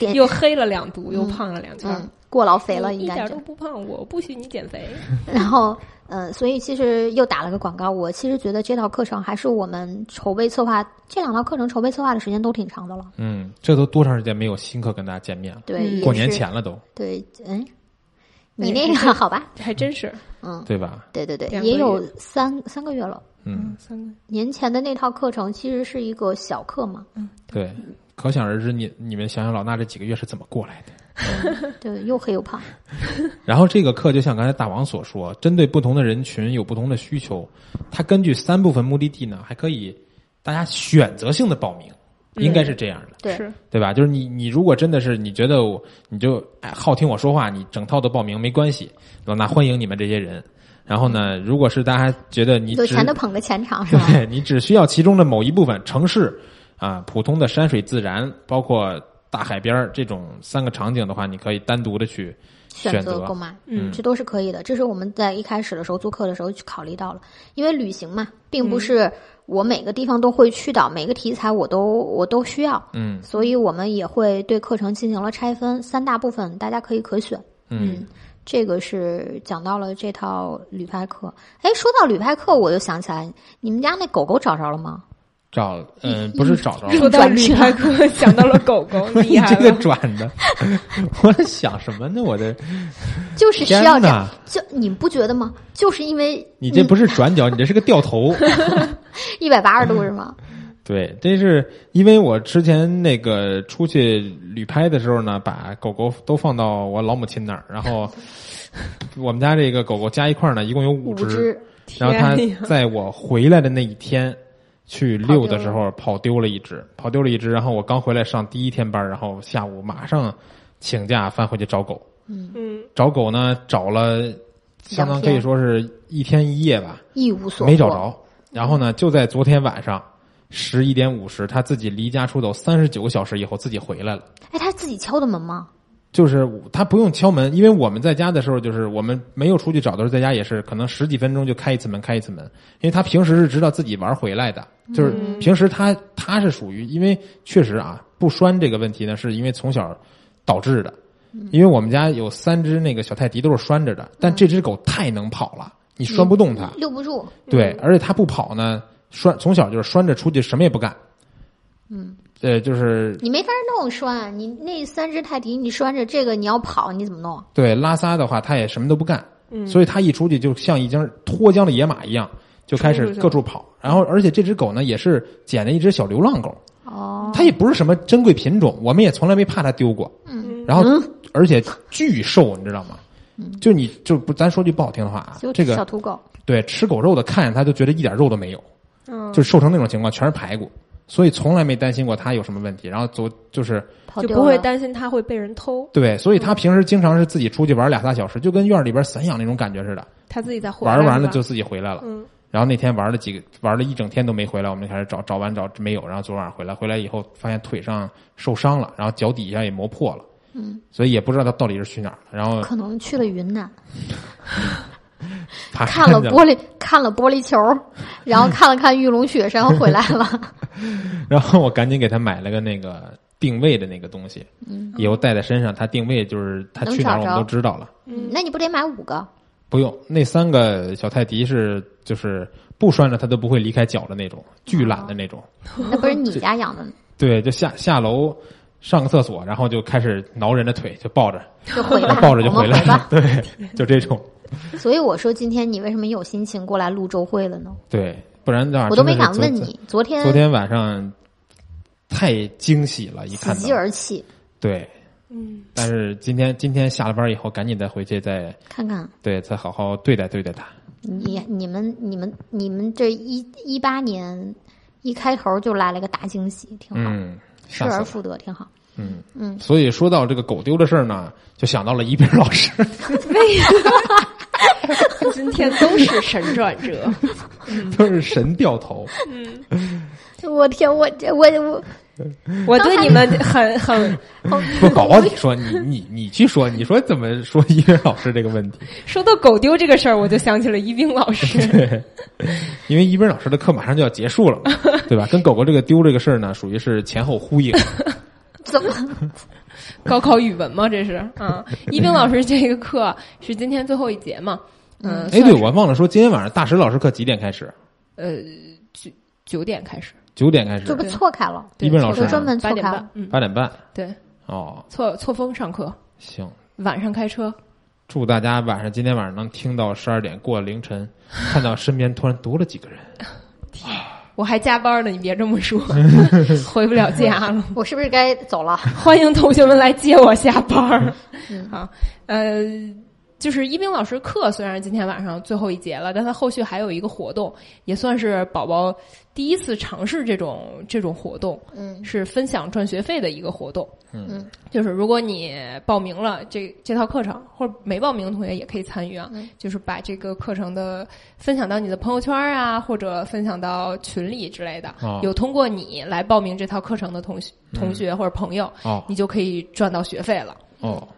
[SPEAKER 1] 点
[SPEAKER 2] 又黑了两度，又胖了两圈儿。
[SPEAKER 1] 嗯，过劳肥了
[SPEAKER 2] 你
[SPEAKER 1] 应
[SPEAKER 2] 一
[SPEAKER 1] 该
[SPEAKER 2] 点
[SPEAKER 1] 就
[SPEAKER 2] 都不胖，我不许你减肥。
[SPEAKER 1] 然后，呃，所以其实又打了个广告。我其实觉得这套课程还是我们筹备策划这两套课程筹备策划的时间都挺长的了。
[SPEAKER 3] 嗯，这都多长时间没有新课跟大家见面了？
[SPEAKER 1] 对，
[SPEAKER 2] 嗯
[SPEAKER 1] 也
[SPEAKER 3] 过年
[SPEAKER 1] 是
[SPEAKER 3] 前了都，
[SPEAKER 1] 对，嗯，你
[SPEAKER 2] 对
[SPEAKER 1] 那
[SPEAKER 2] 就
[SPEAKER 1] 个好吧？
[SPEAKER 2] 这还真是，
[SPEAKER 1] 嗯，
[SPEAKER 3] 对吧？
[SPEAKER 1] 对对对，
[SPEAKER 2] 两
[SPEAKER 1] 也
[SPEAKER 2] 个
[SPEAKER 1] 有
[SPEAKER 2] 月
[SPEAKER 1] 三三个月了。
[SPEAKER 3] 嗯，，
[SPEAKER 2] 三个，
[SPEAKER 1] 年前的那套课程其实是一个小课嘛，
[SPEAKER 3] 对，可想而知你，你们想想老衲这几个月是怎么过来的？
[SPEAKER 1] 对，又黑又胖。
[SPEAKER 3] 然后这个课就像刚才大王所说，针对不同的人群有不同的需求，它根据三部分目的地呢，还可以大家选择性的报名，应该是这样的，
[SPEAKER 1] 对，
[SPEAKER 2] 是
[SPEAKER 3] 对吧？就是你你如果真的是你觉得我你就哎好听我说话，你整套都报名没关系，老衲欢迎你们这些人。然后呢，如果是大家觉得你
[SPEAKER 1] 有
[SPEAKER 3] 只
[SPEAKER 1] 钱的捧个钱 场是吧？
[SPEAKER 3] 对你只需要其中的某一部分，城市啊，普通的山水自然，包括大海边儿这种三个场景的话，你可以单独的去
[SPEAKER 1] 选
[SPEAKER 3] 择
[SPEAKER 1] 择购买，
[SPEAKER 2] 嗯
[SPEAKER 1] 这都是可以的。这是我们在一开始的时候做课的时候去考虑到了，因为旅行嘛，并
[SPEAKER 3] 嗯
[SPEAKER 1] 不是我每个地方都会去到，每个题材我都我都需要，
[SPEAKER 3] 嗯
[SPEAKER 1] 所以我们也会对课程进行了拆分，三大部分大家可以可选。
[SPEAKER 3] 嗯
[SPEAKER 1] 这个是讲到了这套旅拍课。哎，说到旅拍课，我就想起来，你们家那狗狗找着了吗？
[SPEAKER 3] 找嗯、不是找着了，
[SPEAKER 2] 说到旅拍课，想到了狗 狗，
[SPEAKER 3] 你
[SPEAKER 2] 厉害
[SPEAKER 3] 这个
[SPEAKER 2] 了。
[SPEAKER 3] 转的， 我想什么呢？我的
[SPEAKER 1] 就是需
[SPEAKER 3] 天
[SPEAKER 1] 要这样
[SPEAKER 3] 哪，！
[SPEAKER 1] 就你们不觉得吗？就是因为
[SPEAKER 3] 你这不是转
[SPEAKER 1] 嗯
[SPEAKER 3] 角，你这是个掉 头。
[SPEAKER 1] 一百八十度是吗？
[SPEAKER 3] 对，这是因为我之前那个出去旅拍的时候呢，把狗狗都放到我老母亲那儿，然后我们家这个狗狗加一块儿呢，一共有
[SPEAKER 1] 五
[SPEAKER 3] 五
[SPEAKER 1] 只，
[SPEAKER 3] 然后
[SPEAKER 2] 天呀
[SPEAKER 3] 他在我回来的那一天去遛的时候跑丢了一只，跑丢了一只。然后我刚回来上第一天班，然后下午马上请假翻回去找狗。
[SPEAKER 2] 嗯，
[SPEAKER 3] 找狗呢，找了相当可以说是一天一夜吧，
[SPEAKER 1] 一无所获，
[SPEAKER 3] 没找着。然后呢，就在昨天晚上十一点五十，他自己离家出走三十九个小时以后自己回来了。
[SPEAKER 1] 哎，他自己敲的门吗？
[SPEAKER 3] 就是他不用敲门，因为我们在家的时候，就是我们没有出去找的时候，在家也是可能十几分钟就开一次门，开一次门。因为他平时是知道自己玩回来的，就是
[SPEAKER 2] 嗯
[SPEAKER 3] 平时他他是属于，因为确实啊，不拴这个问题呢，是因为从小导致的。因为我们家有三只那个小泰迪都是拴着的，但这只狗太能跑了，你拴不动它。
[SPEAKER 1] 遛不住，
[SPEAKER 3] 对，而且它不跑呢，拴从小就是拴着出去，什么也不干。嗯，呃，就是
[SPEAKER 1] 你没法弄拴。你那三只泰迪，你拴着这个，你要跑，你怎么弄？
[SPEAKER 3] 对拉萨的话，他也什么都不干，
[SPEAKER 2] 嗯
[SPEAKER 3] 所以他一出去就像一只脱缰的野马一样，就开
[SPEAKER 2] 冲
[SPEAKER 3] 始
[SPEAKER 2] 出去
[SPEAKER 3] 各处跑。然后，而且这只狗呢，也是捡了一只小流浪狗，
[SPEAKER 1] 哦，
[SPEAKER 3] 它也不是什么珍贵品种，我们也从来没怕它丢过。
[SPEAKER 2] 嗯
[SPEAKER 3] 然后，而且巨瘦，你知道吗？就你就不，咱说句不好听的话啊
[SPEAKER 1] 就，
[SPEAKER 3] 这
[SPEAKER 1] 小
[SPEAKER 3] 个
[SPEAKER 1] 土狗，
[SPEAKER 3] 对吃狗肉的看见它就觉得一点肉都没有，
[SPEAKER 2] 嗯，
[SPEAKER 3] 就瘦成那种情况，全是排骨，所以从来没担心过它有什么问题。然后昨就是
[SPEAKER 1] 跑
[SPEAKER 2] 就
[SPEAKER 1] 丢
[SPEAKER 2] 不会
[SPEAKER 1] 了
[SPEAKER 2] 担心它会被人偷，
[SPEAKER 3] 对，所以
[SPEAKER 2] 嗯
[SPEAKER 3] 它平时经常是自己出去玩俩仨小时，就跟院儿里边散养那种感觉似的。
[SPEAKER 2] 它自己在活。
[SPEAKER 3] 玩儿完了就自己回来了。
[SPEAKER 2] 嗯
[SPEAKER 3] 然后那天玩了几个，玩了一整天都没回来，我们就开始找，找完找没有，然后昨晚上回来，回来以后发现腿上受伤了，然后脚底下也磨破了，嗯，所以也不知道它到底是去哪儿了。然后
[SPEAKER 1] 可能去了云南，
[SPEAKER 3] 爬
[SPEAKER 1] 看了
[SPEAKER 3] 山去
[SPEAKER 1] 玻璃，看了玻璃球，然后看了看玉龙雪山，回来 了。
[SPEAKER 3] 然后我赶紧给它买了个那个定位的那个东西，嗯，以后带在身上，它定位就是它
[SPEAKER 1] 能
[SPEAKER 3] 去哪
[SPEAKER 1] 找
[SPEAKER 3] 儿我
[SPEAKER 1] 着
[SPEAKER 3] 们都知道了。
[SPEAKER 1] 那你不得买五个？
[SPEAKER 3] 不用，那三个小泰迪是就是不拴着它都不会离开脚的那种，巨懒的那
[SPEAKER 1] 哦
[SPEAKER 3] 种。
[SPEAKER 1] 那不是你家养 的，
[SPEAKER 3] 对，就下下楼上个厕所，然后就开始挠人的腿，就抱着，
[SPEAKER 1] 就回来，
[SPEAKER 3] 抱着就
[SPEAKER 1] 我们
[SPEAKER 3] 回来了
[SPEAKER 1] 吧。。
[SPEAKER 3] 对，就这种，
[SPEAKER 1] 所以我说，今天你为什么有心情过来录周会了呢？
[SPEAKER 3] 对，不然的话
[SPEAKER 1] 我都没
[SPEAKER 3] 啊真的
[SPEAKER 1] 敢
[SPEAKER 3] 是
[SPEAKER 1] 问
[SPEAKER 3] 昨。
[SPEAKER 1] 你，昨天
[SPEAKER 3] 昨天晚上太惊喜了，一
[SPEAKER 1] 喜
[SPEAKER 3] 看
[SPEAKER 1] 极
[SPEAKER 3] 到
[SPEAKER 1] 而泣，
[SPEAKER 3] 对，
[SPEAKER 2] 嗯，
[SPEAKER 3] 但是今天今天下了班以后，赶紧再回去再
[SPEAKER 1] 看看
[SPEAKER 3] 对再好好对待对待它。
[SPEAKER 1] 你、你们、你们、你们这一一八年一开头就来了个大惊喜，挺好，
[SPEAKER 3] 嗯，
[SPEAKER 1] 失
[SPEAKER 3] 吓死
[SPEAKER 1] 而
[SPEAKER 3] 了。
[SPEAKER 1] 复得，挺好。
[SPEAKER 3] 嗯
[SPEAKER 1] 嗯，
[SPEAKER 3] 所以说到这个狗丢的事儿呢，就想到了一斌老师。
[SPEAKER 2] 今天都是神转折。
[SPEAKER 3] 都是神掉头。
[SPEAKER 1] 我天，我这我 我
[SPEAKER 2] 我对你 们很很
[SPEAKER 3] 不，宝宝，你说你你你去说，你说怎么说一斌老师这个问题？
[SPEAKER 2] 说到狗丢这个事儿，我就想起了一冰老师。
[SPEAKER 3] 因为一斌老师的课马上就要结束了 嘛，对吧？跟狗狗这个丢这个事儿呢，属于是前后呼应。
[SPEAKER 1] 怎么
[SPEAKER 2] 高考语文吗？这是啊，一冰老师这个课是今天最后一节嘛？嗯，
[SPEAKER 3] 哎，对，我忘了说，今天晚上大石老师课几点开始？
[SPEAKER 2] 九点开始，
[SPEAKER 3] 九点开始
[SPEAKER 1] 就，被错开了？
[SPEAKER 2] 对
[SPEAKER 3] 一斌老
[SPEAKER 1] 我
[SPEAKER 3] 师啊
[SPEAKER 1] 就专门
[SPEAKER 2] 八
[SPEAKER 1] 错
[SPEAKER 2] 点
[SPEAKER 1] 开
[SPEAKER 2] 半
[SPEAKER 1] 了。，
[SPEAKER 2] 嗯，
[SPEAKER 3] 八点半。
[SPEAKER 2] 对，
[SPEAKER 3] 哦，
[SPEAKER 2] 错错峰上课，
[SPEAKER 3] 行，
[SPEAKER 2] 晚上开车，
[SPEAKER 3] 祝大家晚上今天 晚上能听到十二点过凌晨，看到身边突然多了几个人。
[SPEAKER 2] 我我还加班呢，你别这么 说，回不了家了。
[SPEAKER 1] 我是不是该走了？
[SPEAKER 2] 欢迎同学们来接我下班儿。
[SPEAKER 1] 嗯
[SPEAKER 2] 啊，呃，就是一冰老师课虽然今天晚上最后一节了，但他后续还有一个活动，也算是宝宝第一次尝试这种这种活动，
[SPEAKER 1] 嗯
[SPEAKER 2] 是分享赚学费的一个活动。
[SPEAKER 1] 嗯，
[SPEAKER 2] 就是如果你报名了这这套课程，或者没报名的同学也可以参与啊，
[SPEAKER 1] 嗯
[SPEAKER 2] 就是把这个课程的分享到你的朋友圈啊，或者分享到群里之类的。
[SPEAKER 3] 哦
[SPEAKER 2] 有通过你来报名这套课程的同学、
[SPEAKER 1] 嗯
[SPEAKER 2] 同学或者朋友，
[SPEAKER 3] 哦
[SPEAKER 2] 你就可以赚到学费了，
[SPEAKER 3] 哦，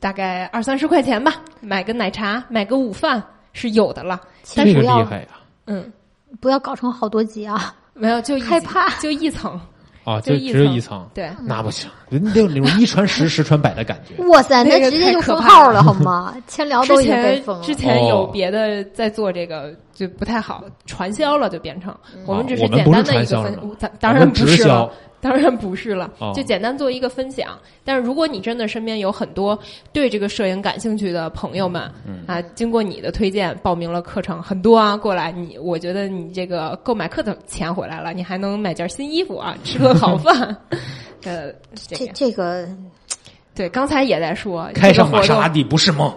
[SPEAKER 2] 大概二三十块钱吧，买个奶茶，买个午饭是有的了。
[SPEAKER 1] 请
[SPEAKER 3] 这
[SPEAKER 1] 不
[SPEAKER 3] 个厉
[SPEAKER 1] 要
[SPEAKER 3] 害啊呀！
[SPEAKER 2] 嗯，
[SPEAKER 1] 不要搞成好多集啊！
[SPEAKER 2] 没有就一
[SPEAKER 1] 害怕
[SPEAKER 2] 就一层，
[SPEAKER 3] 啊，
[SPEAKER 2] 就
[SPEAKER 3] 就
[SPEAKER 2] 一
[SPEAKER 3] 只有
[SPEAKER 2] 层
[SPEAKER 3] 一层，
[SPEAKER 2] 对。
[SPEAKER 1] 嗯
[SPEAKER 3] 那不行，人家有那种一传十，十传百的感 觉。
[SPEAKER 1] 哇塞，
[SPEAKER 2] 那
[SPEAKER 1] 那
[SPEAKER 2] 个
[SPEAKER 1] 直接就
[SPEAKER 2] 太可
[SPEAKER 1] 封
[SPEAKER 2] 怕
[SPEAKER 1] 号了好吗？千聊都
[SPEAKER 2] 之
[SPEAKER 1] 已经被
[SPEAKER 2] 前
[SPEAKER 1] 封了
[SPEAKER 2] 之。前有
[SPEAKER 3] 哦
[SPEAKER 2] 别的在做这个，就不太好传销了，就变成
[SPEAKER 1] 嗯
[SPEAKER 2] 我们只
[SPEAKER 3] 哦我们
[SPEAKER 2] 简
[SPEAKER 3] 不
[SPEAKER 2] 单
[SPEAKER 3] 是
[SPEAKER 2] 的一
[SPEAKER 3] 传销
[SPEAKER 2] 个分
[SPEAKER 3] 是吗，
[SPEAKER 2] 当当
[SPEAKER 3] 我
[SPEAKER 2] 然
[SPEAKER 3] 们
[SPEAKER 2] 不
[SPEAKER 3] 直
[SPEAKER 2] 是
[SPEAKER 3] 销
[SPEAKER 2] 了，当然不是了
[SPEAKER 3] 哦，
[SPEAKER 2] 就简单做一个分享。但是如果你真的身边有很多对这个摄影感兴趣的朋友们
[SPEAKER 3] 嗯
[SPEAKER 2] 啊，经过你的推荐报名了课程，很多啊过来，你我觉得你这个购买课的钱回来了，你还能买件新衣服啊，吃顿 好饭，呃，这
[SPEAKER 1] 这
[SPEAKER 2] 个
[SPEAKER 1] 这个
[SPEAKER 2] 对，刚才也在说这
[SPEAKER 3] 开
[SPEAKER 2] 个
[SPEAKER 3] 上玛
[SPEAKER 2] 活
[SPEAKER 3] 莎
[SPEAKER 2] 动
[SPEAKER 3] 拉蒂不是梦，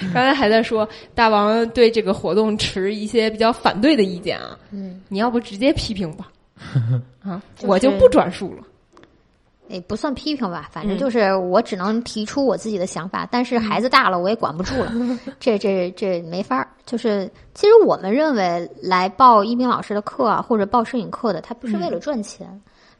[SPEAKER 2] 刚才还在说大王对这个活动持一些比较反对的意见啊，
[SPEAKER 1] 嗯，
[SPEAKER 2] 你要不直接批评 吧？啊，
[SPEAKER 1] 就是
[SPEAKER 2] 我就不转述了。
[SPEAKER 1] 也不算批评吧，反正
[SPEAKER 2] 嗯
[SPEAKER 1] 就是我只能提出我自己的想法，但是孩子大了我也管不住了，这这这没法儿。就是其实我们认为来报一鸣老师的课啊，或者报摄影课的，他不是为了赚钱，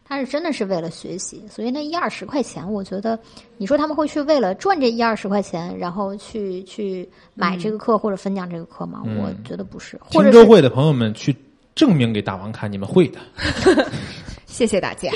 [SPEAKER 1] 他是真的是为了学习。所以那一二十块钱，我觉得你说他们会去为了赚这一二十块钱，然后去去买这个课或者分享这个课吗？
[SPEAKER 3] 嗯
[SPEAKER 1] 我觉得不是， 或
[SPEAKER 3] 听
[SPEAKER 1] 者
[SPEAKER 3] 周
[SPEAKER 1] 是
[SPEAKER 3] 会的朋友们去证明给大王看，你们会的。
[SPEAKER 2] 谢谢大家。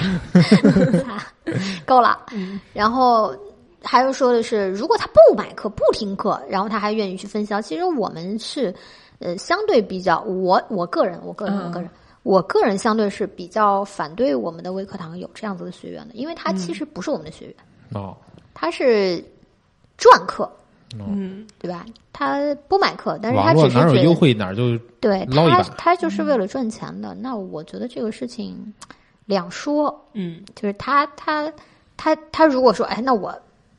[SPEAKER 1] 够了。
[SPEAKER 2] 嗯
[SPEAKER 1] 然后还有说的是，如果他不买课、不听课，然后他还愿意去分销，其实我们是呃相对比较，我我个人，我个人，
[SPEAKER 2] 嗯
[SPEAKER 1] 我个人。我个人相对是比较反对我们的微课堂有这样子的学员的，因为他其实不是我们的学员，
[SPEAKER 3] 哦，
[SPEAKER 1] 他是赚课，
[SPEAKER 2] 嗯，
[SPEAKER 1] 对吧？他不买课，但是他
[SPEAKER 3] 网
[SPEAKER 1] 只
[SPEAKER 3] 络
[SPEAKER 1] 是觉
[SPEAKER 3] 哪
[SPEAKER 1] 得
[SPEAKER 3] 有优惠哪儿就
[SPEAKER 1] 对
[SPEAKER 3] 捞一
[SPEAKER 1] 他
[SPEAKER 3] 把
[SPEAKER 1] 他
[SPEAKER 2] 嗯
[SPEAKER 1] 就是为了赚钱的。那我觉得这个事情两说，
[SPEAKER 2] 嗯，
[SPEAKER 1] 就是他他他他如果说，哎，那我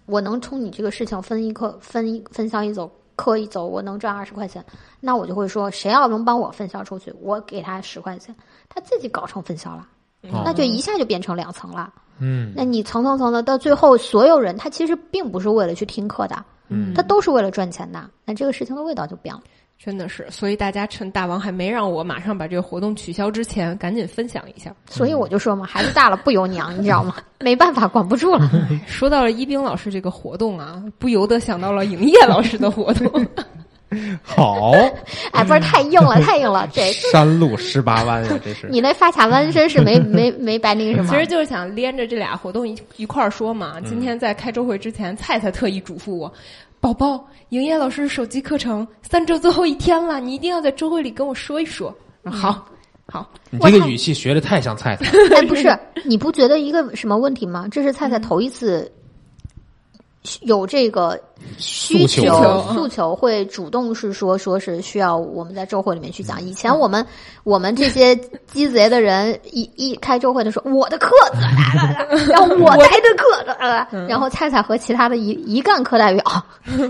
[SPEAKER 1] 我能从你这个事情分一课分一分销一走课一走，我能赚二十块钱，那我就会说，谁要能帮我分销出去，我给他十块钱，他自己搞成分销了，
[SPEAKER 3] 哦
[SPEAKER 1] 那就一下就变成两层了。
[SPEAKER 3] 嗯
[SPEAKER 1] 那你层层层的到最后，所有人他其实并不是为了去听课的，
[SPEAKER 3] 嗯
[SPEAKER 1] 他都是为了赚钱的，那这个事情的味道就变了。
[SPEAKER 2] 真的是，所以大家趁大王还没让我马上把这个活动取消之前，赶紧分享一下。
[SPEAKER 1] 所以我就说嘛，孩子大了不由娘，你知道吗？ 没办法，管不住 了。
[SPEAKER 2] 说到了一冰老师这个活动啊，不由得想到了营业老师的活动。
[SPEAKER 3] 好，
[SPEAKER 1] 哎，不是太硬了，太硬了，这
[SPEAKER 3] 山路十八弯呀，这是
[SPEAKER 1] 你那发卡弯真 是没没没白那个什么。
[SPEAKER 2] 其实就是想连着这俩活动一一块儿说嘛。今天在开周会之前，菜菜特意嘱咐我，宝宝，营业老师手机课程三周最后一天了，你一定要在周会里跟我说一说。然后好，好，
[SPEAKER 3] 你
[SPEAKER 1] 我
[SPEAKER 3] 这个
[SPEAKER 1] 看
[SPEAKER 3] 语气学的太像菜菜了。
[SPEAKER 1] 哎，不是，你不觉得一个什么问题吗？这是菜菜
[SPEAKER 2] 嗯
[SPEAKER 1] 头一次有这个需
[SPEAKER 3] 诉
[SPEAKER 1] 求
[SPEAKER 3] 求
[SPEAKER 2] 嗯
[SPEAKER 1] 诉求，会主动是说说是需要我们在周会里面去讲。以前我们我们这些鸡贼的人一一开周会的时候，我的课来了，来了然后 我来的课来了，
[SPEAKER 2] 嗯
[SPEAKER 1] 然后菜菜和其他的一一干课代表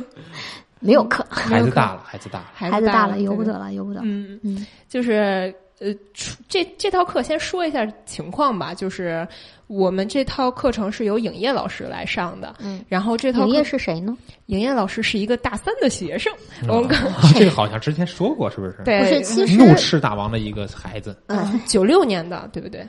[SPEAKER 1] 没有课，
[SPEAKER 3] 孩子大了，孩子 大了，
[SPEAKER 2] 孩
[SPEAKER 1] 孩
[SPEAKER 2] 子
[SPEAKER 1] 子大
[SPEAKER 2] 了，
[SPEAKER 1] 了，由不
[SPEAKER 2] 对
[SPEAKER 1] 得了，由不得了。
[SPEAKER 2] 嗯
[SPEAKER 1] 嗯，
[SPEAKER 2] 就是呃，出这这套课先说一下情况吧。就是我们这套课程是由影业老师来上的，
[SPEAKER 1] 嗯，
[SPEAKER 2] 然后这套
[SPEAKER 1] 营
[SPEAKER 2] 课
[SPEAKER 1] 业是谁呢？
[SPEAKER 2] 影业老师是一个大三的学生，我们刚
[SPEAKER 3] 这个好像之前说过，是不是？，
[SPEAKER 2] 对
[SPEAKER 1] 不是，其实
[SPEAKER 3] 怒斥大王的一个孩子，
[SPEAKER 1] 嗯。
[SPEAKER 2] 九六年的，对不对？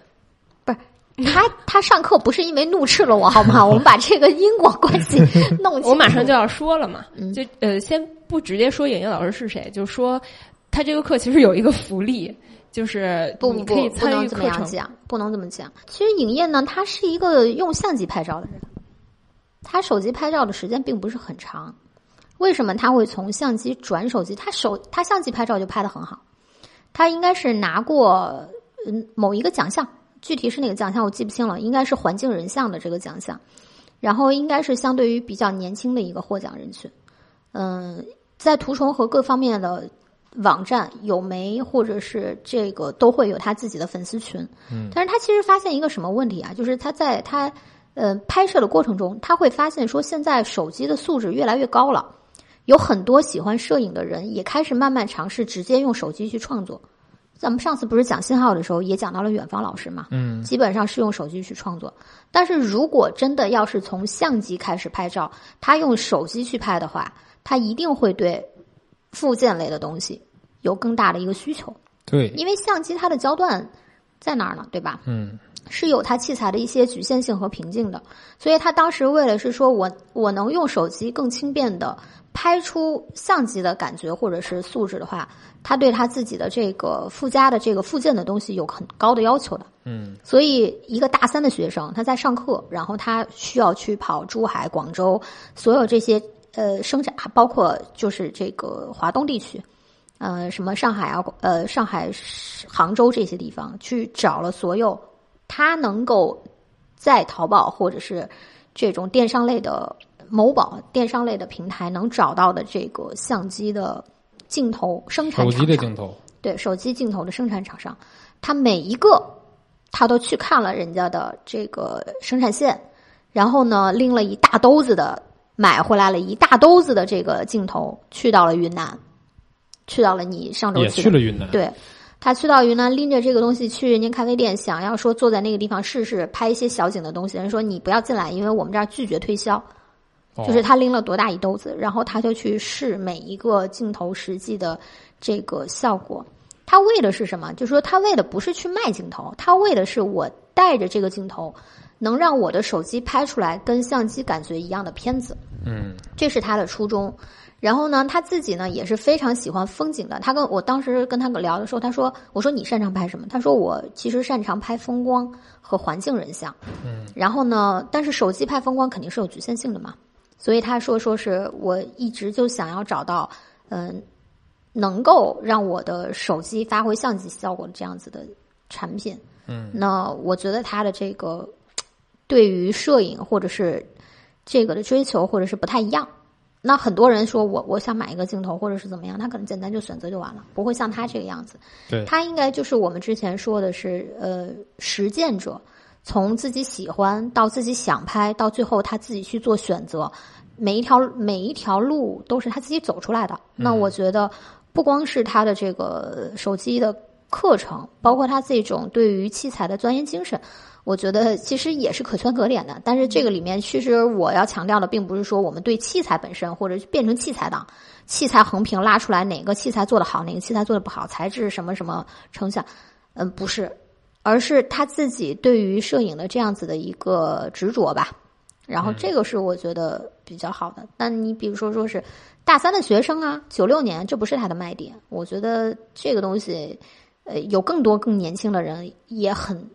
[SPEAKER 1] 他他上课不是因为怒斥了我好吗？我们把这个因果关系弄清楚。
[SPEAKER 2] 我马上就要说了嘛，
[SPEAKER 1] 嗯
[SPEAKER 2] 就呃，先不直接说影影老师是谁，就说他这个课其实有一个福利，就是
[SPEAKER 1] 不
[SPEAKER 2] 你
[SPEAKER 1] 不
[SPEAKER 2] 可以
[SPEAKER 1] 不，不
[SPEAKER 2] 参
[SPEAKER 1] 能
[SPEAKER 2] 与
[SPEAKER 1] 这么
[SPEAKER 2] 课
[SPEAKER 1] 样
[SPEAKER 2] 程。
[SPEAKER 1] 讲，不能这么讲。其实影业呢，他是一个用相机拍照的人，他手机拍照的时间并不是很长。为什么他会从相机转手机？他手他相机拍照就拍的很好，他应该是拿过嗯某一个奖项，具体是哪个奖项我记不清了，应该是环境人像的这个奖项，然后应该是相对于比较年轻的一个获奖人群，嗯，在图虫和各方面的网站、有媒或者是这个都会有他自己的粉丝群。
[SPEAKER 3] 嗯
[SPEAKER 1] 但是他其实发现一个什么问题啊？就是他在他呃拍摄的过程中，他会发现说，现在手机的素质越来越高了，有很多喜欢摄影的人也开始慢慢尝试直接用手机去创作。咱们上次不是讲信号的时候，也讲到了远方老师嘛，
[SPEAKER 3] 嗯
[SPEAKER 1] 基本上是用手机去创作。但是如果真的要是从相机开始拍照，他用手机去拍的话，他一定会对附件类的东西有更大的一个需求，
[SPEAKER 3] 对，
[SPEAKER 1] 因为相机它的焦段在哪儿呢？对吧？
[SPEAKER 3] 嗯
[SPEAKER 1] 是有它器材的一些局限性和瓶颈的，所以他当时为了是说我我能用手机更轻便的拍出相机的感觉或者是素质的话，他对他自己的这个附加的这个附件的东西有很高的要求的。
[SPEAKER 3] 嗯
[SPEAKER 1] 所以，一个大三的学生，他在上课，然后他需要去跑珠海、广州，所有这些呃生产，包括就是这个华东地区，呃，什么上海啊，呃，上海、杭州这些地方，去找了所有他能够在淘宝或者是这种电商类的某宝电商类的平台能找到的这个相机的镜头生产
[SPEAKER 3] 手
[SPEAKER 1] 厂
[SPEAKER 3] 机的
[SPEAKER 1] 商。
[SPEAKER 3] 镜头，
[SPEAKER 1] 对手机镜头的生产厂商，他每一个他都去看了人家的这个生产线，然后呢拎了一大兜子的买回来了一大兜子的这个镜头，去到了云南，去到了你上周
[SPEAKER 3] 也
[SPEAKER 1] 去
[SPEAKER 3] 去
[SPEAKER 1] 的
[SPEAKER 3] 了云南，
[SPEAKER 1] 对。他去到云南，拎着这个东西去人家咖啡店，想要说坐在那个地方试试拍一些小景的东西。人说你不要进来，因为我们这儿拒绝推销。
[SPEAKER 3] 哦，
[SPEAKER 1] 就是他拎了多大一兜子，然后他就去试每一个镜头实际的这个效果。他为的是什么？就是说他为的不是去卖镜头，他为的是我带着这个镜头，能让我的手机拍出来跟相机感觉一样的片子。
[SPEAKER 3] 嗯
[SPEAKER 1] 这是他的初衷。然后呢，他自己呢也是非常喜欢风景的。他跟我当时跟他聊的时候，他说：“我说你擅长拍什么？”他说：“我其实擅长拍风光和环境人像。”嗯。然后呢，但是手机拍风光肯定是有局限性的嘛，所以他说：“说是我一直就想要找到，嗯、能够让我的手机发挥相机效果的这样子的产品。”
[SPEAKER 3] 嗯。
[SPEAKER 1] 那我觉得他的这个对于摄影或者是这个的追求或者是不太一样。那很多人说我我想买一个镜头或者是怎么样，他可能简单就选择就完了，不会像他这个样子。
[SPEAKER 3] 对
[SPEAKER 1] 他应该就是我们之前说的是呃实践者，从自己喜欢到自己想拍，到最后他自己去做选择，每一条每一条路都是他自己走出来的。那我觉得不光是他的这个手机的课程，包括他这种对于器材的钻研精神，我觉得其实也是可圈可点的。但是这个里面，其实我要强调的，并不是说我们对器材本身或者变成器材党，器材横屏拉出来哪个器材做得好，哪个器材做得不好，材质什么什么成像，嗯，不是，而是他自己对于摄影的这样子的一个执着吧。然后这个是我觉得比较好的。那你比如说说是大三的学生啊，九六年这不是他的卖点，我觉得这个东西，呃，有更多更年轻的人也很，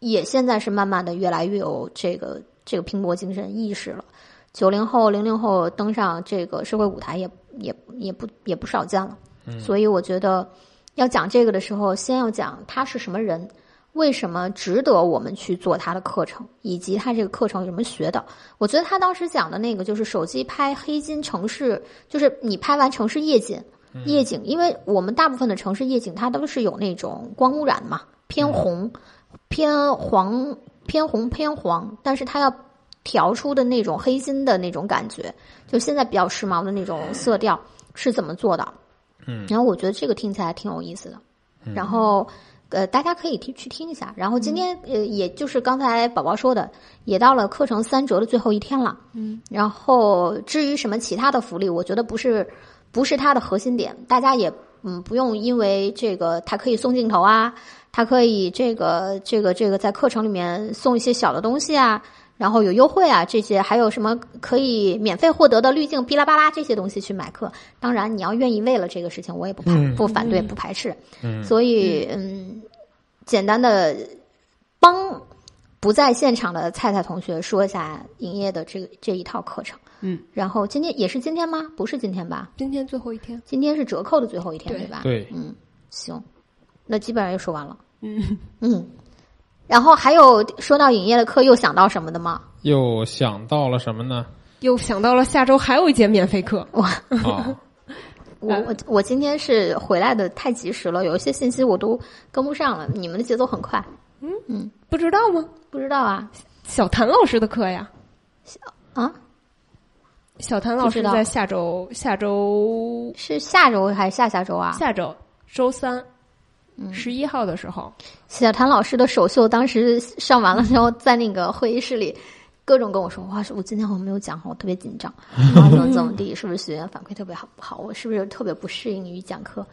[SPEAKER 1] 也现在是慢慢的越来越有这个这个拼搏精神意识了。九零后、零零后登上这个社会舞台也也也不也不少见了，所以我觉得要讲这个的时候，先要讲他是什么人，为什么值得我们去做他的课程，以及他这个课程有什么学的。我觉得他当时讲的那个就是手机拍黑金城市，就是你拍完城市夜景，夜景，因为我们大部分的城市夜景它都是有那种光污染嘛，偏红、偏黄、偏红、偏黄，但是它要调出的那种黑金的那种感觉，就现在比较时髦的那种色调是怎么做的？
[SPEAKER 3] 嗯，
[SPEAKER 1] 然后我觉得这个听起来挺有意思的，然后。呃，大家可以听去听一下。然后今天、呃，也就是刚才宝宝说的，也到了课程三折的最后一天了。嗯，然后至于什么其他的福利，我觉得不是不是它的核心点，大家也嗯不用因为这个它可以送镜头啊，它可以这个这个这个在课程里面送一些小的东西啊，然后有优惠啊这些，还有什么可以免费获得的滤镜、哔啦吧啦这些东西去买课。当然，你要愿意为了这个事情，我也不排、
[SPEAKER 3] 嗯
[SPEAKER 1] 不反对
[SPEAKER 2] 嗯
[SPEAKER 1] 不排斥。
[SPEAKER 3] 嗯
[SPEAKER 1] 所以嗯，简单的帮不在现场的菜菜同学说一下营业的这个这一套课程。
[SPEAKER 2] 嗯，
[SPEAKER 1] 然后今天也是今天吗？不是今天吧？
[SPEAKER 2] 今天最后一天，
[SPEAKER 1] 今天是折扣的最后一天，
[SPEAKER 2] 对
[SPEAKER 1] 吧？
[SPEAKER 3] 对，
[SPEAKER 1] 嗯，行，那基本上又说完了。
[SPEAKER 2] 嗯，
[SPEAKER 1] 嗯，然后还有说到营业的课，又想到什么的吗？
[SPEAKER 3] 又想到了什么呢？
[SPEAKER 2] 又想到了下周还有一节免费课，
[SPEAKER 3] 啊，
[SPEAKER 2] 呃
[SPEAKER 1] 我我我今天是回来的太及时了，有一些信息我都跟不上了。你们的节奏很快，
[SPEAKER 2] 不知道吗？
[SPEAKER 1] 不知道啊
[SPEAKER 2] 小谭老师的课呀，
[SPEAKER 1] 啊，
[SPEAKER 2] 小谭老
[SPEAKER 1] 不
[SPEAKER 2] 师
[SPEAKER 1] 知道
[SPEAKER 2] 在下周下周
[SPEAKER 1] 是下周还是下下周啊？
[SPEAKER 2] 下周周三十一号的时候，
[SPEAKER 1] 小谭老师的首秀当时上完了
[SPEAKER 2] 嗯
[SPEAKER 1] 之后，在那个会议室里。各种跟我说，哇，我今天我没有讲好，我特别紧 张，然后怎么怎么地，是不是学员反馈特别好不好？我是不是特别不适应于讲课？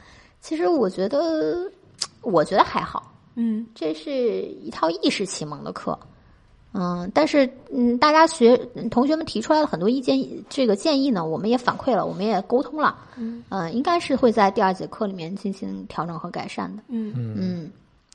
[SPEAKER 1] 其实我觉得，我觉得还好，
[SPEAKER 2] 嗯，
[SPEAKER 1] 这是一套意识启蒙的课，嗯，但是嗯，大家学同学们提出来了很多意见，这个建议呢，我们也反馈了，我们也沟通了，嗯、应该是会在第二节课里面进行调整和改善的，
[SPEAKER 2] 嗯
[SPEAKER 1] 嗯。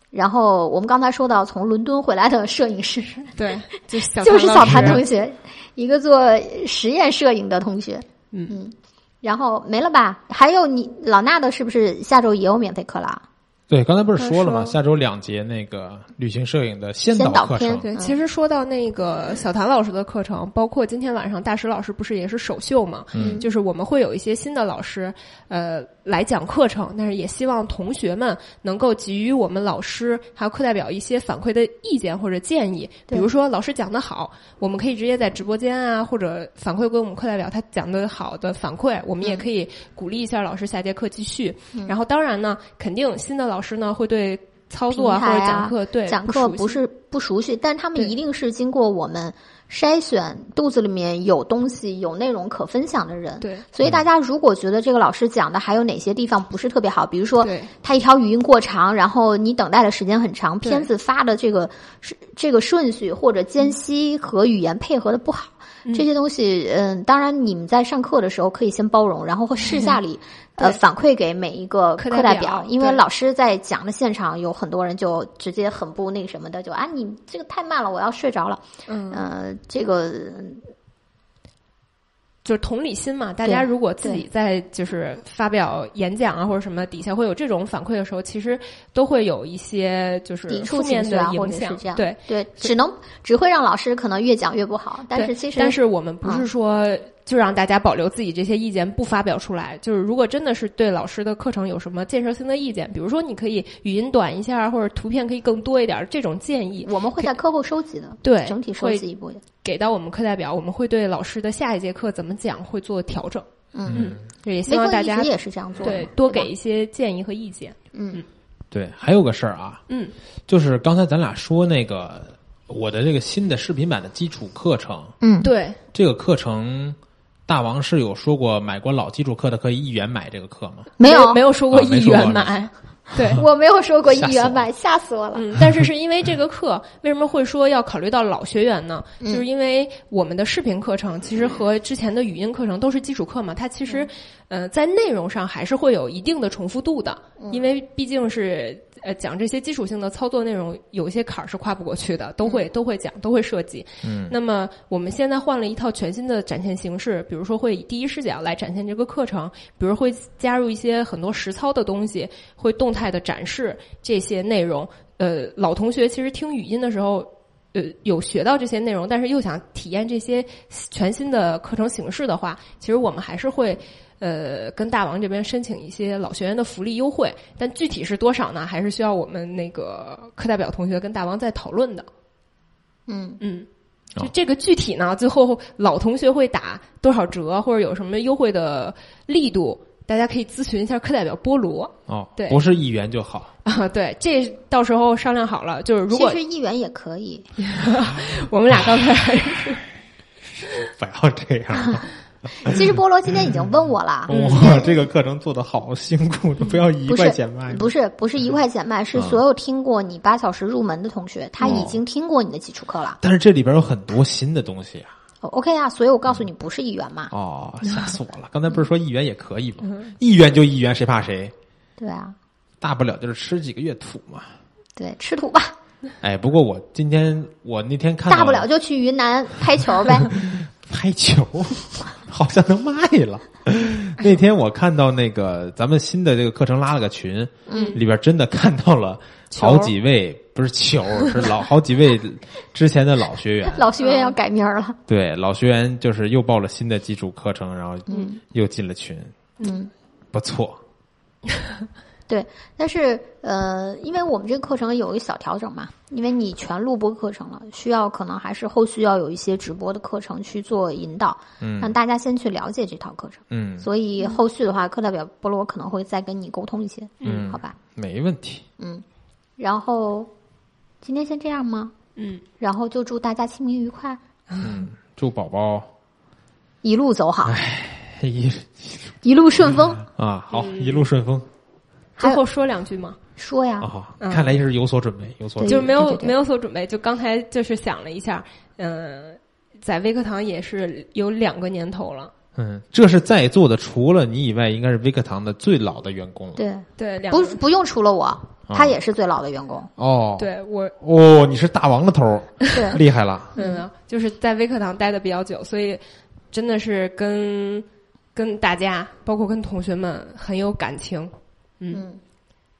[SPEAKER 1] 然后我们刚才说到从伦敦回来的摄影师，
[SPEAKER 2] 对， 就是小
[SPEAKER 1] 就是小
[SPEAKER 2] 谭
[SPEAKER 1] 谭
[SPEAKER 2] 老师
[SPEAKER 1] 同学，一个做实验摄影的同学，
[SPEAKER 2] 嗯
[SPEAKER 1] 然后没了吧？还有你老衲的是不是下周也有免费课了啊？
[SPEAKER 3] 对，刚才不是说了吗？
[SPEAKER 2] 说
[SPEAKER 3] 下周两节那个旅行摄影的先
[SPEAKER 1] 先导
[SPEAKER 3] 课
[SPEAKER 1] 片
[SPEAKER 3] 程，
[SPEAKER 2] 对，
[SPEAKER 1] 嗯
[SPEAKER 2] 其实说到那个小谭老师的课程，包括今天晚上大石老师不是也是首秀嘛，
[SPEAKER 3] 嗯
[SPEAKER 2] 就是我们会有一些新的老师，呃，来讲课程，但是也希望同学们能够给予我们老师还有课代表一些反馈的意见或者建议，比
[SPEAKER 1] 对
[SPEAKER 2] 如说老师讲的好，我们可以直接在直播间啊，或者反馈给我们课代表他讲的好的反馈，我
[SPEAKER 1] 嗯
[SPEAKER 2] 们也可以鼓励一下老师下节课继续。然后当然呢，肯定新的老师呢会对。操作啊，
[SPEAKER 1] 平台
[SPEAKER 2] 或
[SPEAKER 1] 啊
[SPEAKER 2] 者讲课，对
[SPEAKER 1] 讲
[SPEAKER 2] 不
[SPEAKER 1] 课
[SPEAKER 2] 熟悉
[SPEAKER 1] 不是不熟悉，但他
[SPEAKER 2] 对
[SPEAKER 1] 们一定是经过我们筛选，肚子里面有东西、有内容可分享的人。
[SPEAKER 2] 对
[SPEAKER 1] 所以大家如果觉得这个老师讲的还有哪些地方不是特别好，比如说
[SPEAKER 2] 对
[SPEAKER 1] 他一条语音过长，然后你等待的时间很长，
[SPEAKER 2] 对
[SPEAKER 1] 片子发的这个是这个顺序或者间隙和语言配合的不好。这些东西，嗯，当然你们在上课的时候可以先包容，然后会私下里，呃，
[SPEAKER 2] 嗯对
[SPEAKER 1] 反馈给每一个
[SPEAKER 2] 课
[SPEAKER 1] 课
[SPEAKER 2] 代
[SPEAKER 1] 代
[SPEAKER 2] 表
[SPEAKER 1] 表，因为
[SPEAKER 2] 对
[SPEAKER 1] 老。老师在讲的现场，有很多人就直接很不那个什么的，就啊，你这个太慢了，我要睡着了。
[SPEAKER 2] 嗯，
[SPEAKER 1] 呃，这个
[SPEAKER 2] 就是同理心嘛，大家如果自己在就是发表演讲啊或者什么底下会有这种反馈的时候，其实都会有一些就是
[SPEAKER 1] 抵
[SPEAKER 2] 负
[SPEAKER 1] 触情
[SPEAKER 2] 面
[SPEAKER 1] 绪
[SPEAKER 2] 的
[SPEAKER 1] 啊，或
[SPEAKER 2] 影
[SPEAKER 1] 者是
[SPEAKER 2] 响。
[SPEAKER 1] 这样，
[SPEAKER 2] 对，
[SPEAKER 1] 对，只能只会让老师可能越讲越不好，但
[SPEAKER 2] 对
[SPEAKER 1] 是其实啊
[SPEAKER 2] 但是我们不是说就让大家保留自己这些意见不发表出来。就是如果真的是对老师的课程有什么建设性的意见，比如说你可以语音短一下，或者图片可以更多一点，这种建议
[SPEAKER 1] 我们会在课后收集的，
[SPEAKER 2] 对
[SPEAKER 1] 嗯整体收
[SPEAKER 2] 会
[SPEAKER 1] 集一部分。
[SPEAKER 2] 给到我们课代表，我们会对老师的下一节课怎么讲会做调整。
[SPEAKER 1] 嗯，
[SPEAKER 2] 嗯，也希
[SPEAKER 1] 维
[SPEAKER 2] 望
[SPEAKER 1] 克
[SPEAKER 2] 大
[SPEAKER 1] 一
[SPEAKER 2] 家
[SPEAKER 1] 直也是这样做的嘛，
[SPEAKER 2] 对多
[SPEAKER 1] 吧
[SPEAKER 2] 给一些建议和意见。
[SPEAKER 1] 嗯
[SPEAKER 3] 对，还有个事儿啊，
[SPEAKER 2] 嗯，
[SPEAKER 3] 就是刚才咱俩说那个我的这个新的视频版的基础课程，
[SPEAKER 1] 嗯，
[SPEAKER 2] 对，
[SPEAKER 3] 这个课程大王是有说过买过老基础课的可以一元买这个课吗？
[SPEAKER 1] 没有
[SPEAKER 2] 没有说过
[SPEAKER 3] 啊没
[SPEAKER 2] 一
[SPEAKER 3] 说过
[SPEAKER 2] 元买，对。
[SPEAKER 1] 我没有说过一
[SPEAKER 3] 吓死我
[SPEAKER 1] 元买，吓死我了。
[SPEAKER 2] 嗯，但是是因为这个课为什么会说要考虑到老学员呢？
[SPEAKER 1] 嗯
[SPEAKER 2] 就是因为我们的视频课程其实和之前的语音课程都是基础课嘛，它其实，呃，在内容上还是会有一定的重复度的，因为毕竟是呃讲这些基础性的操作内容，有一些坎儿是跨不过去的，都会都会讲，都会涉及。
[SPEAKER 3] 嗯，
[SPEAKER 2] 那么我们现在换了一套全新的展现形式，比如说会以第一视角来展现这个课程，比如会加入一些很多实操的东西，会动态的展示这些内容。呃，老同学其实听语音的时候。呃，有学到这些内容，但是又想体验这些全新的课程形式的话，其实我们还是会呃跟大王这边申请一些老学员的福利优惠，但具体是多少呢？还是需要我们那个课代表同学跟大王再讨论的。
[SPEAKER 1] 嗯，
[SPEAKER 2] 嗯，
[SPEAKER 3] 哦
[SPEAKER 2] 就这个具体呢，最后老同学会打多少折，或者有什么优惠的力度，大家可以咨询一下课代表菠萝
[SPEAKER 3] 哦，
[SPEAKER 2] 对
[SPEAKER 3] 不是一元就好。
[SPEAKER 2] 啊。对，这到时候商量好了。就是如
[SPEAKER 1] 其
[SPEAKER 2] 果
[SPEAKER 1] 实一元也可以，
[SPEAKER 2] 我们俩刚才
[SPEAKER 3] 不要这 样，
[SPEAKER 1] 其实菠萝今天已经问我了，
[SPEAKER 3] 哇，这个课程做的好辛苦，你不要嗯一
[SPEAKER 1] 不
[SPEAKER 3] 块
[SPEAKER 1] 是
[SPEAKER 3] 钱卖。
[SPEAKER 1] 不是不是一块钱卖，是
[SPEAKER 3] 嗯
[SPEAKER 1] 所有听过你八小时入门的同学，他已经听过你的基础课了。
[SPEAKER 3] 但是这里边有很多新的东西啊！
[SPEAKER 1] 哦 OK 啊，所以我告诉你，不是一元嘛，
[SPEAKER 3] 哦，吓死我了！刚才不是说一元也可以吗？
[SPEAKER 1] 嗯
[SPEAKER 3] 一元就一元，谁怕谁？
[SPEAKER 1] 对啊，
[SPEAKER 3] 大不了就是吃几个月土嘛。
[SPEAKER 1] 对，吃土吧，
[SPEAKER 3] 哎，不过我今天我那天看到
[SPEAKER 1] 大不了就去云南拍球 呗。
[SPEAKER 3] 拍球，好像能卖了。那天我看到那个咱们新的这个课程拉了个群，
[SPEAKER 2] 嗯
[SPEAKER 3] 里边真的看到了好几位，不是球，是老好几位之前的老学员。
[SPEAKER 1] 老学员要改名儿了，
[SPEAKER 3] 对，老学员就是又报了新的基础课程，然后又进了群。
[SPEAKER 1] 嗯，
[SPEAKER 3] 不错，
[SPEAKER 1] 但是呃，因为我们这个课程有一个小调整嘛，因为你全录播课程了，需要可能还是后续要有一些直播的课程去做引导，让
[SPEAKER 3] 嗯
[SPEAKER 1] 大家先去了解这套课程。
[SPEAKER 3] 嗯，
[SPEAKER 1] 所以后续的话，课代表菠萝可能会再跟你沟通一些，
[SPEAKER 3] 嗯
[SPEAKER 1] 好吧，
[SPEAKER 3] 没问题。
[SPEAKER 1] 嗯。然后今天先这样吗？
[SPEAKER 2] 嗯，
[SPEAKER 1] 然后就祝大家清明愉快，
[SPEAKER 3] 嗯，祝宝宝
[SPEAKER 1] 一路走好，
[SPEAKER 3] 一
[SPEAKER 1] 一路顺风。
[SPEAKER 3] 啊好
[SPEAKER 1] 嗯
[SPEAKER 3] 一路顺风
[SPEAKER 1] 还
[SPEAKER 2] 最
[SPEAKER 1] 有
[SPEAKER 2] 后说两句嘛，
[SPEAKER 1] 说呀，
[SPEAKER 3] 啊！
[SPEAKER 2] 嗯
[SPEAKER 3] 看来也是有所准备，有所
[SPEAKER 1] 对
[SPEAKER 3] 准
[SPEAKER 2] 就是没有
[SPEAKER 1] 对对对
[SPEAKER 2] 没有所准备，就刚才就是想了一下，嗯、在微课堂也是有两个年头了，
[SPEAKER 3] 嗯，这是在座的除了你以外，应该是微课堂的最老的员工了。
[SPEAKER 1] 对，
[SPEAKER 2] 对，两
[SPEAKER 1] 不
[SPEAKER 2] 个
[SPEAKER 1] 不用除了我，他也是最老的员工。
[SPEAKER 3] 哦，
[SPEAKER 2] 对我
[SPEAKER 3] 哦，你是大王的头儿，
[SPEAKER 1] 对，
[SPEAKER 3] 厉害了。
[SPEAKER 2] 嗯，就是在微课堂待的比较久，所以真的是跟跟大家，包括跟同学们很有感情。
[SPEAKER 1] 嗯，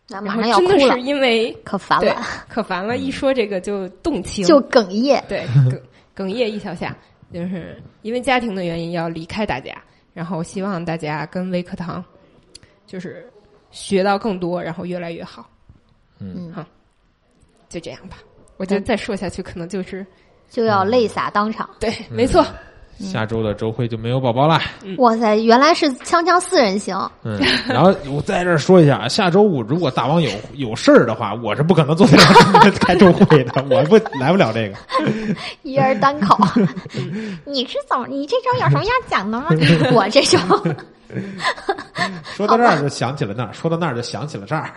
[SPEAKER 1] 那
[SPEAKER 2] 然
[SPEAKER 1] 马
[SPEAKER 2] 后
[SPEAKER 1] 上要
[SPEAKER 2] 真
[SPEAKER 1] 哭
[SPEAKER 2] 的
[SPEAKER 1] 了
[SPEAKER 2] 是，因为
[SPEAKER 1] 可烦
[SPEAKER 2] 对
[SPEAKER 1] 了，
[SPEAKER 2] 可烦了，一说这个就动情，
[SPEAKER 1] 就哽咽。
[SPEAKER 2] 对哽哽咽一小下，就是因为家庭的原因要离开大家，然后希望大家跟微课堂就是学到更多，然后越来越好，
[SPEAKER 1] 嗯，
[SPEAKER 2] 就这样吧。我觉得再说下去可能就是
[SPEAKER 1] 就要泪洒当场。
[SPEAKER 2] 对，没错，
[SPEAKER 3] 下周的周会就没有宝宝啦。
[SPEAKER 1] 哇塞，原来是锵锵四人行，
[SPEAKER 3] 嗯，然后我在这儿说一下啊，下周五如果大王有有事儿的话，我是不可能坐在这儿 开周会的，我不来不了这个。
[SPEAKER 1] 一人单口。嗯 你是怎么？你这周有什么要讲的吗？ 我这周，
[SPEAKER 3] 说到这儿就想起了那儿，说到那儿就想起了这儿。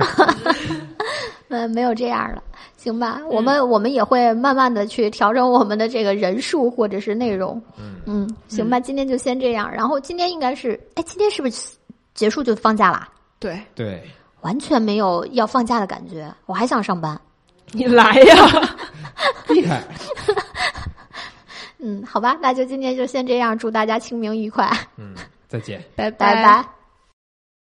[SPEAKER 1] 呃，没有这样了，行吧？我们我们也会慢慢的去调整我们的这个人数或者是内容。嗯，行吧，今天就先这样。然后今天应该是，哎，今天是不是结束就放假啦？
[SPEAKER 2] 对
[SPEAKER 3] 对，
[SPEAKER 1] 完全没有要放假的感觉，我还想上班。
[SPEAKER 2] 你来呀，
[SPEAKER 3] 厉害，
[SPEAKER 1] 嗯，好吧，那就今天就先这样，祝大家清明愉快，
[SPEAKER 3] 嗯，再见。
[SPEAKER 2] 拜
[SPEAKER 1] 拜拜。